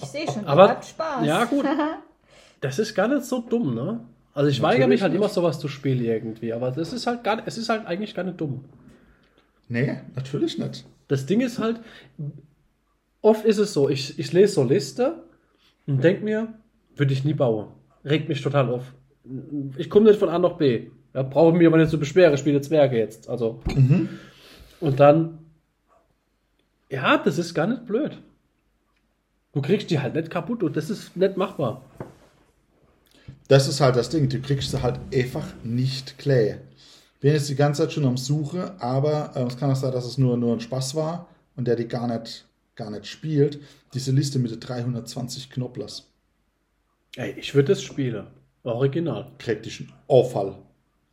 Speaker 1: sehe schon,
Speaker 4: Aber-
Speaker 1: ihr habt Spaß.
Speaker 4: Ja, gut. Das ist gar nicht so dumm, ne? Also ich weigere mich halt immer sowas zu spielen irgendwie, aber das ist halt gar es ist halt eigentlich gar nicht dumm.
Speaker 2: Nee, natürlich nicht.
Speaker 4: Das Ding ist halt, oft ist es so, ich, ich lese so Liste und denke mir, würde ich nie bauen. Regt mich total auf. Ich komme nicht von A nach B. Ja, Brauche mich aber nicht zu beschweren, ich spiele Zwerge jetzt. Also. Und dann, ja, das ist gar nicht blöd. Du kriegst die halt nicht kaputt und das ist nicht machbar.
Speaker 2: Das ist halt das Ding, die kriegst du halt einfach nicht klar. Bin jetzt die ganze Zeit schon am Suche, aber äh, es kann auch sein, dass es nur, nur ein Spaß war und der die gar nicht, gar nicht spielt. Diese Liste mit den 320 Knobblers
Speaker 4: Ey, ich würde das spielen. Original.
Speaker 2: kriegt dich einen Auffall.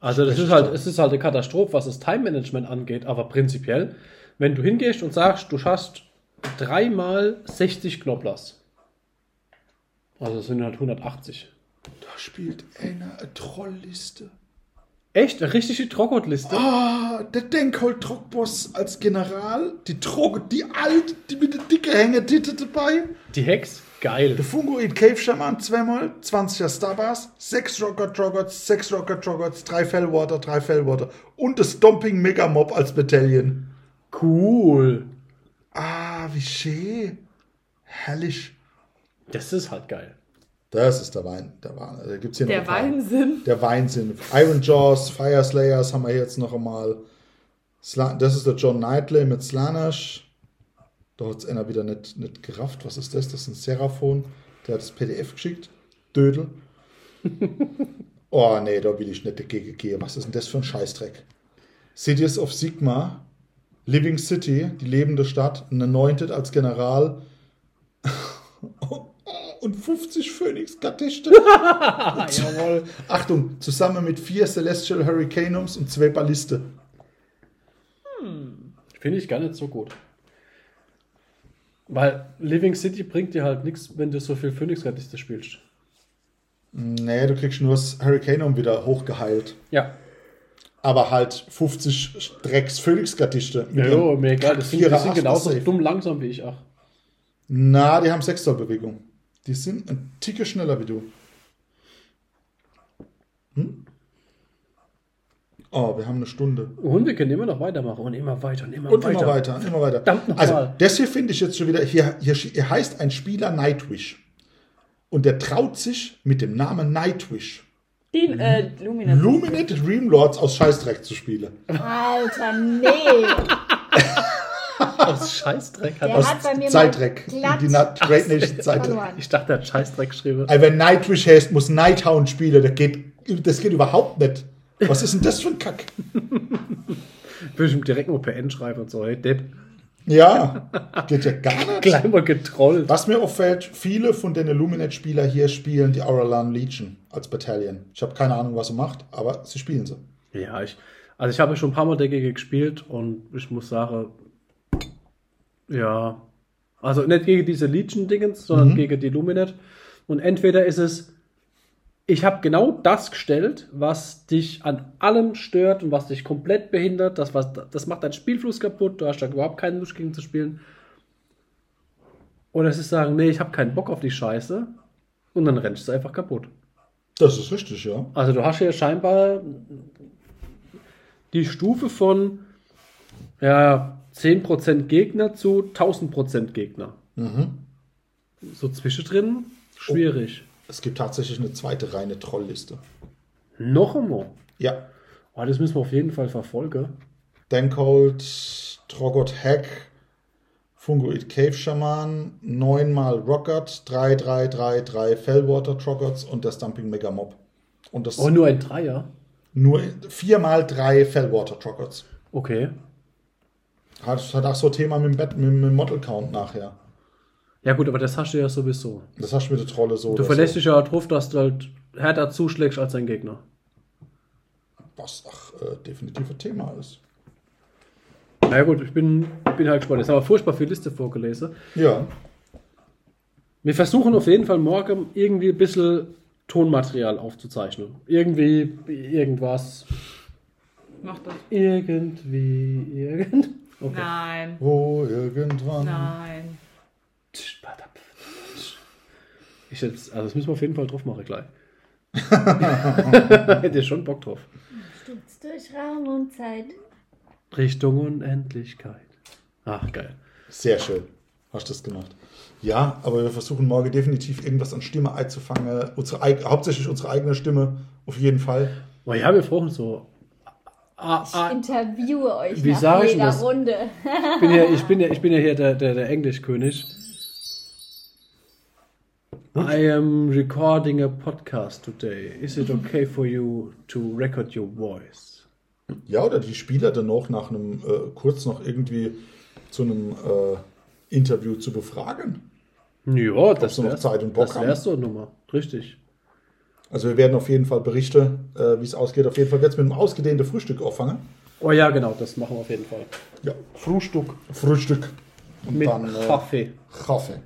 Speaker 4: Also das
Speaker 2: Spreche
Speaker 4: ist
Speaker 2: ich
Speaker 4: halt,
Speaker 2: so.
Speaker 4: es ist halt eine Katastrophe, was das Time-Management angeht, aber prinzipiell, wenn du hingehst und sagst, du schaffst dreimal 60 Knobblers. Also das sind halt 180.
Speaker 2: Da spielt einer eine Trollliste.
Speaker 4: Echt? Eine richtige Trockotliste?
Speaker 2: Ah, der Denkhold Trockboss als General, die Trog, die alt, die mit der dicke Hängetitte dabei.
Speaker 4: Die Hex? Geil.
Speaker 2: Der Fungo in Cave Shaman zweimal, 20er Starbars, 6 Rocket Rockets, 6 Rocket Rockets, 3 Fellwater, 3 Fellwater und das Stomping Mega Mob als Battalion.
Speaker 4: Cool.
Speaker 2: Ah, wie schön. Herrlich.
Speaker 4: Das ist halt geil.
Speaker 2: Das ist der Wein. Der Wein. Da gibt's hier
Speaker 6: Der
Speaker 2: noch ein paar.
Speaker 6: Weinsinn.
Speaker 2: Der Weinsinn. Iron Jaws, Fire Slayers haben wir jetzt noch einmal. Sla das ist der John Knightley mit Slanash. Da hat es einer wieder nicht, nicht gerafft. Was ist das? Das ist ein Seraphon. Der hat das PDF geschickt. Dödel. oh, nee, da will ich nicht dagegen gehen. Was ist denn das für ein Scheißdreck? Cities of Sigma, Living City, die lebende Stadt, ein Anointed als General. und 50 Phoenix-Gardisten. Jawohl. Achtung, zusammen mit vier Celestial Hurricanums und zwei Balliste.
Speaker 4: Finde ich gar nicht so gut. Weil Living City bringt dir halt nichts, wenn du so viel Phoenix-Gardiste spielst.
Speaker 2: Nee, du kriegst nur das Hurricanum wieder hochgeheilt.
Speaker 4: Ja.
Speaker 2: Aber halt 50 Drecks Phoenix-Gardiste. mit
Speaker 4: Ja,
Speaker 2: ihren-
Speaker 4: jo, mir egal. Das sind,
Speaker 2: Vierer,
Speaker 4: das sind
Speaker 2: Achter
Speaker 4: genauso
Speaker 2: safe.
Speaker 4: dumm langsam wie ich. Ach.
Speaker 2: Na, die haben 6 Zoll Bewegung. Die sind ein Ticke schneller wie du. Hm? Oh, wir haben eine Stunde.
Speaker 4: Und wir können immer noch weitermachen und immer weiter und immer
Speaker 2: Und
Speaker 4: weiter.
Speaker 2: immer weiter, immer weiter.
Speaker 4: Verdammt noch
Speaker 2: also,
Speaker 4: mal.
Speaker 2: das hier finde ich jetzt schon wieder. Hier, hier, hier heißt ein Spieler Nightwish. Und der traut sich mit dem Namen Nightwish
Speaker 6: Den, äh, Lumina.
Speaker 2: Luminate Dreamlords aus Scheißdreck zu spielen.
Speaker 1: Alter, nee.
Speaker 4: Aus Scheißdreck hat
Speaker 1: Der
Speaker 4: aus,
Speaker 1: hat bei mir
Speaker 2: Zeitdreck.
Speaker 1: mal
Speaker 2: Die
Speaker 1: glatt
Speaker 2: Na Great Nation Zeitdreck.
Speaker 1: verloren.
Speaker 4: Ich dachte, er hat Scheißdreck geschrieben.
Speaker 2: Also, wenn Nightwish heißt, muss Nighthound spielen. Das geht, das geht überhaupt nicht. Was ist denn das für ein Kack?
Speaker 4: Würde ich ihm direkt nur PN schreiben und so. Hey, Depp.
Speaker 2: Ja, geht ja gar nicht.
Speaker 4: Gleich mal getrollt.
Speaker 2: Was mir auffällt, viele von den Illuminate-Spieler hier spielen die Auralan Legion als Battalion. Ich habe keine Ahnung, was sie macht, aber sie spielen sie.
Speaker 4: Ja, ich, also ich habe schon ein paar Mal Decke gespielt und ich muss sagen, ja, also nicht gegen diese Legion-Dingens, sondern gegen die Luminet. Und entweder ist es, ich habe genau das gestellt, was dich an allem stört und was dich komplett behindert. Das, was, das macht deinen Spielfluss kaputt, du hast da überhaupt keine Lust gegen zu spielen. Oder es ist sagen, nee, ich habe keinen Bock auf die Scheiße. Und dann rennst du es einfach kaputt.
Speaker 2: Das ist richtig, ja.
Speaker 4: Also du hast hier scheinbar die Stufe von ja, 10% Gegner zu 1000% Gegner. So zwischendrin schwierig.
Speaker 2: Es gibt tatsächlich eine zweite reine Trollliste.
Speaker 4: Noch einmal.
Speaker 2: Ja,
Speaker 4: Oh, das müssen wir auf jeden Fall verfolgen.
Speaker 2: Dankold, Trogot Hack, Fungoid Cave Shaman, neunmal Rocket, 3, 3, 3, 3 Fellwater Trogots und der Stumping Megamob. Und das
Speaker 4: Oh, nur ein Dreier.
Speaker 2: nur viermal drei Fellwater Trogots.
Speaker 4: Okay.
Speaker 2: Hat, hat auch so ein Thema mit dem, Bett, mit, mit dem Model Count nachher.
Speaker 4: Ja gut, aber das hast du ja sowieso.
Speaker 2: Das hast du mit der Trolle so. oder
Speaker 4: Du verlässt
Speaker 2: so.
Speaker 4: dich ja darauf, dass du halt härter zuschlägst als dein Gegner.
Speaker 2: Was ach, äh, definitiv ein Thema ist.
Speaker 4: Na ja, gut, ich bin, bin halt gespannt. Jetzt haben wir furchtbar viel Liste vorgelesen.
Speaker 2: Ja.
Speaker 4: Wir versuchen auf jeden Fall morgen irgendwie ein bisschen Tonmaterial aufzuzeichnen. Irgendwie, irgendwas.
Speaker 5: Macht das.
Speaker 4: Irgendwie, irgend. Okay.
Speaker 5: Nein,
Speaker 2: Wo irgendwann.
Speaker 5: nein.
Speaker 4: Ich jetzt, also das müssen wir auf jeden Fall drauf machen gleich. Hätte ich schon Bock drauf.
Speaker 1: Stutz durch Raum und Zeit.
Speaker 4: Richtung Unendlichkeit. Ach, geil.
Speaker 2: Sehr schön. Hast du das gemacht? Ja, aber wir versuchen morgen definitiv irgendwas an Stimme einzufangen. Unsere, eig- hauptsächlich unsere eigene Stimme, auf jeden Fall.
Speaker 4: Oh ja, wir brauchen so. Ah,
Speaker 1: Ich
Speaker 4: ah,
Speaker 1: interviewe euch
Speaker 4: Wie sag
Speaker 1: nach
Speaker 4: ich
Speaker 1: jeder
Speaker 4: das?
Speaker 1: Runde.
Speaker 4: ich, bin ja, ich, bin ja, ich bin ja hier der, der, der Englischkönig. I am recording a podcast today. Is it okay for you to record your voice?
Speaker 2: Ja, oder die Spieler dann auch nach einem äh, kurz noch irgendwie zu einem äh, Interview zu befragen.
Speaker 4: Ja, das
Speaker 2: sie noch
Speaker 4: wär's-
Speaker 2: Zeit und Bock
Speaker 4: Das
Speaker 2: haben.
Speaker 4: wär's so Nummer. Richtig.
Speaker 2: Also wir werden auf jeden Fall Berichte, äh, wie es ausgeht. Auf jeden Fall jetzt mit einem ausgedehnten Frühstück auffangen.
Speaker 4: Oh ja, genau, das machen wir auf jeden Fall.
Speaker 2: Ja, Frühstück. Frühstück. Und
Speaker 4: Mit
Speaker 2: dann äh,
Speaker 4: Kaffee.
Speaker 2: Kaffee.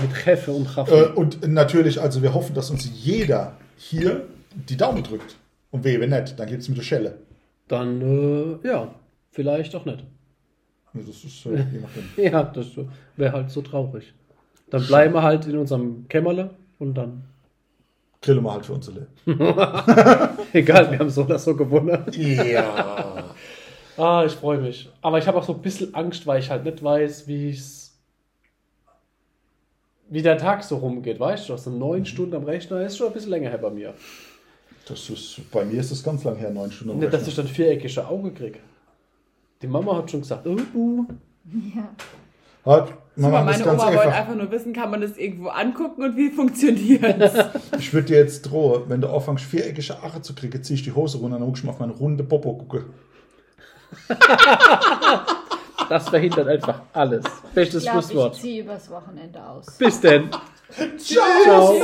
Speaker 4: Mit Hefe und
Speaker 2: Äh,
Speaker 4: Kaffee.
Speaker 2: und natürlich, also wir hoffen, dass uns jeder hier die Daumen drückt. Und wehe, wenn nicht, dann gibt es mit der Schelle.
Speaker 4: Dann, äh, ja, vielleicht auch nicht.
Speaker 2: Das ist, äh, je nachdem.
Speaker 4: Ja, das wäre halt so traurig. Dann bleiben wir halt in unserem Kämmerle und dann.
Speaker 2: Grillen wir halt für uns alle.
Speaker 4: Egal, wir haben so oder so gewonnen.
Speaker 2: Ja.
Speaker 4: Ah, ich freue mich. Aber ich habe auch so ein bisschen Angst, weil ich halt nicht weiß, wie ich's. wie der Tag so rumgeht, weißt du? Aus den neun Stunden am Rechner ist schon ein bisschen länger her bei mir.
Speaker 2: Das ist, bei mir ist das ganz lang her, neun Stunden. am
Speaker 5: Ne,
Speaker 4: Nicht, dass
Speaker 2: Rechner.
Speaker 4: ich dann viereckige Augen kriege. Die Mama hat schon gesagt, oh, uh.
Speaker 1: Ja.
Speaker 2: halt, wir
Speaker 5: Aber
Speaker 2: machen das
Speaker 5: meine
Speaker 2: ganz
Speaker 5: Oma wollte
Speaker 2: einfach.
Speaker 5: einfach nur wissen, kann man das irgendwo angucken und wie funktioniert es?
Speaker 2: Ich würde dir jetzt drohen, wenn du anfängst, viereckige Ache zu kriegen, zieh ich die Hose runter und dann guckst du mal auf meine runde Popo gucke.
Speaker 4: Das verhindert einfach alles. Bestes
Speaker 1: Ich glaube, ich
Speaker 4: Schlusswort.
Speaker 1: ziehe übers Wochenende aus.
Speaker 4: Bis denn. Ciao.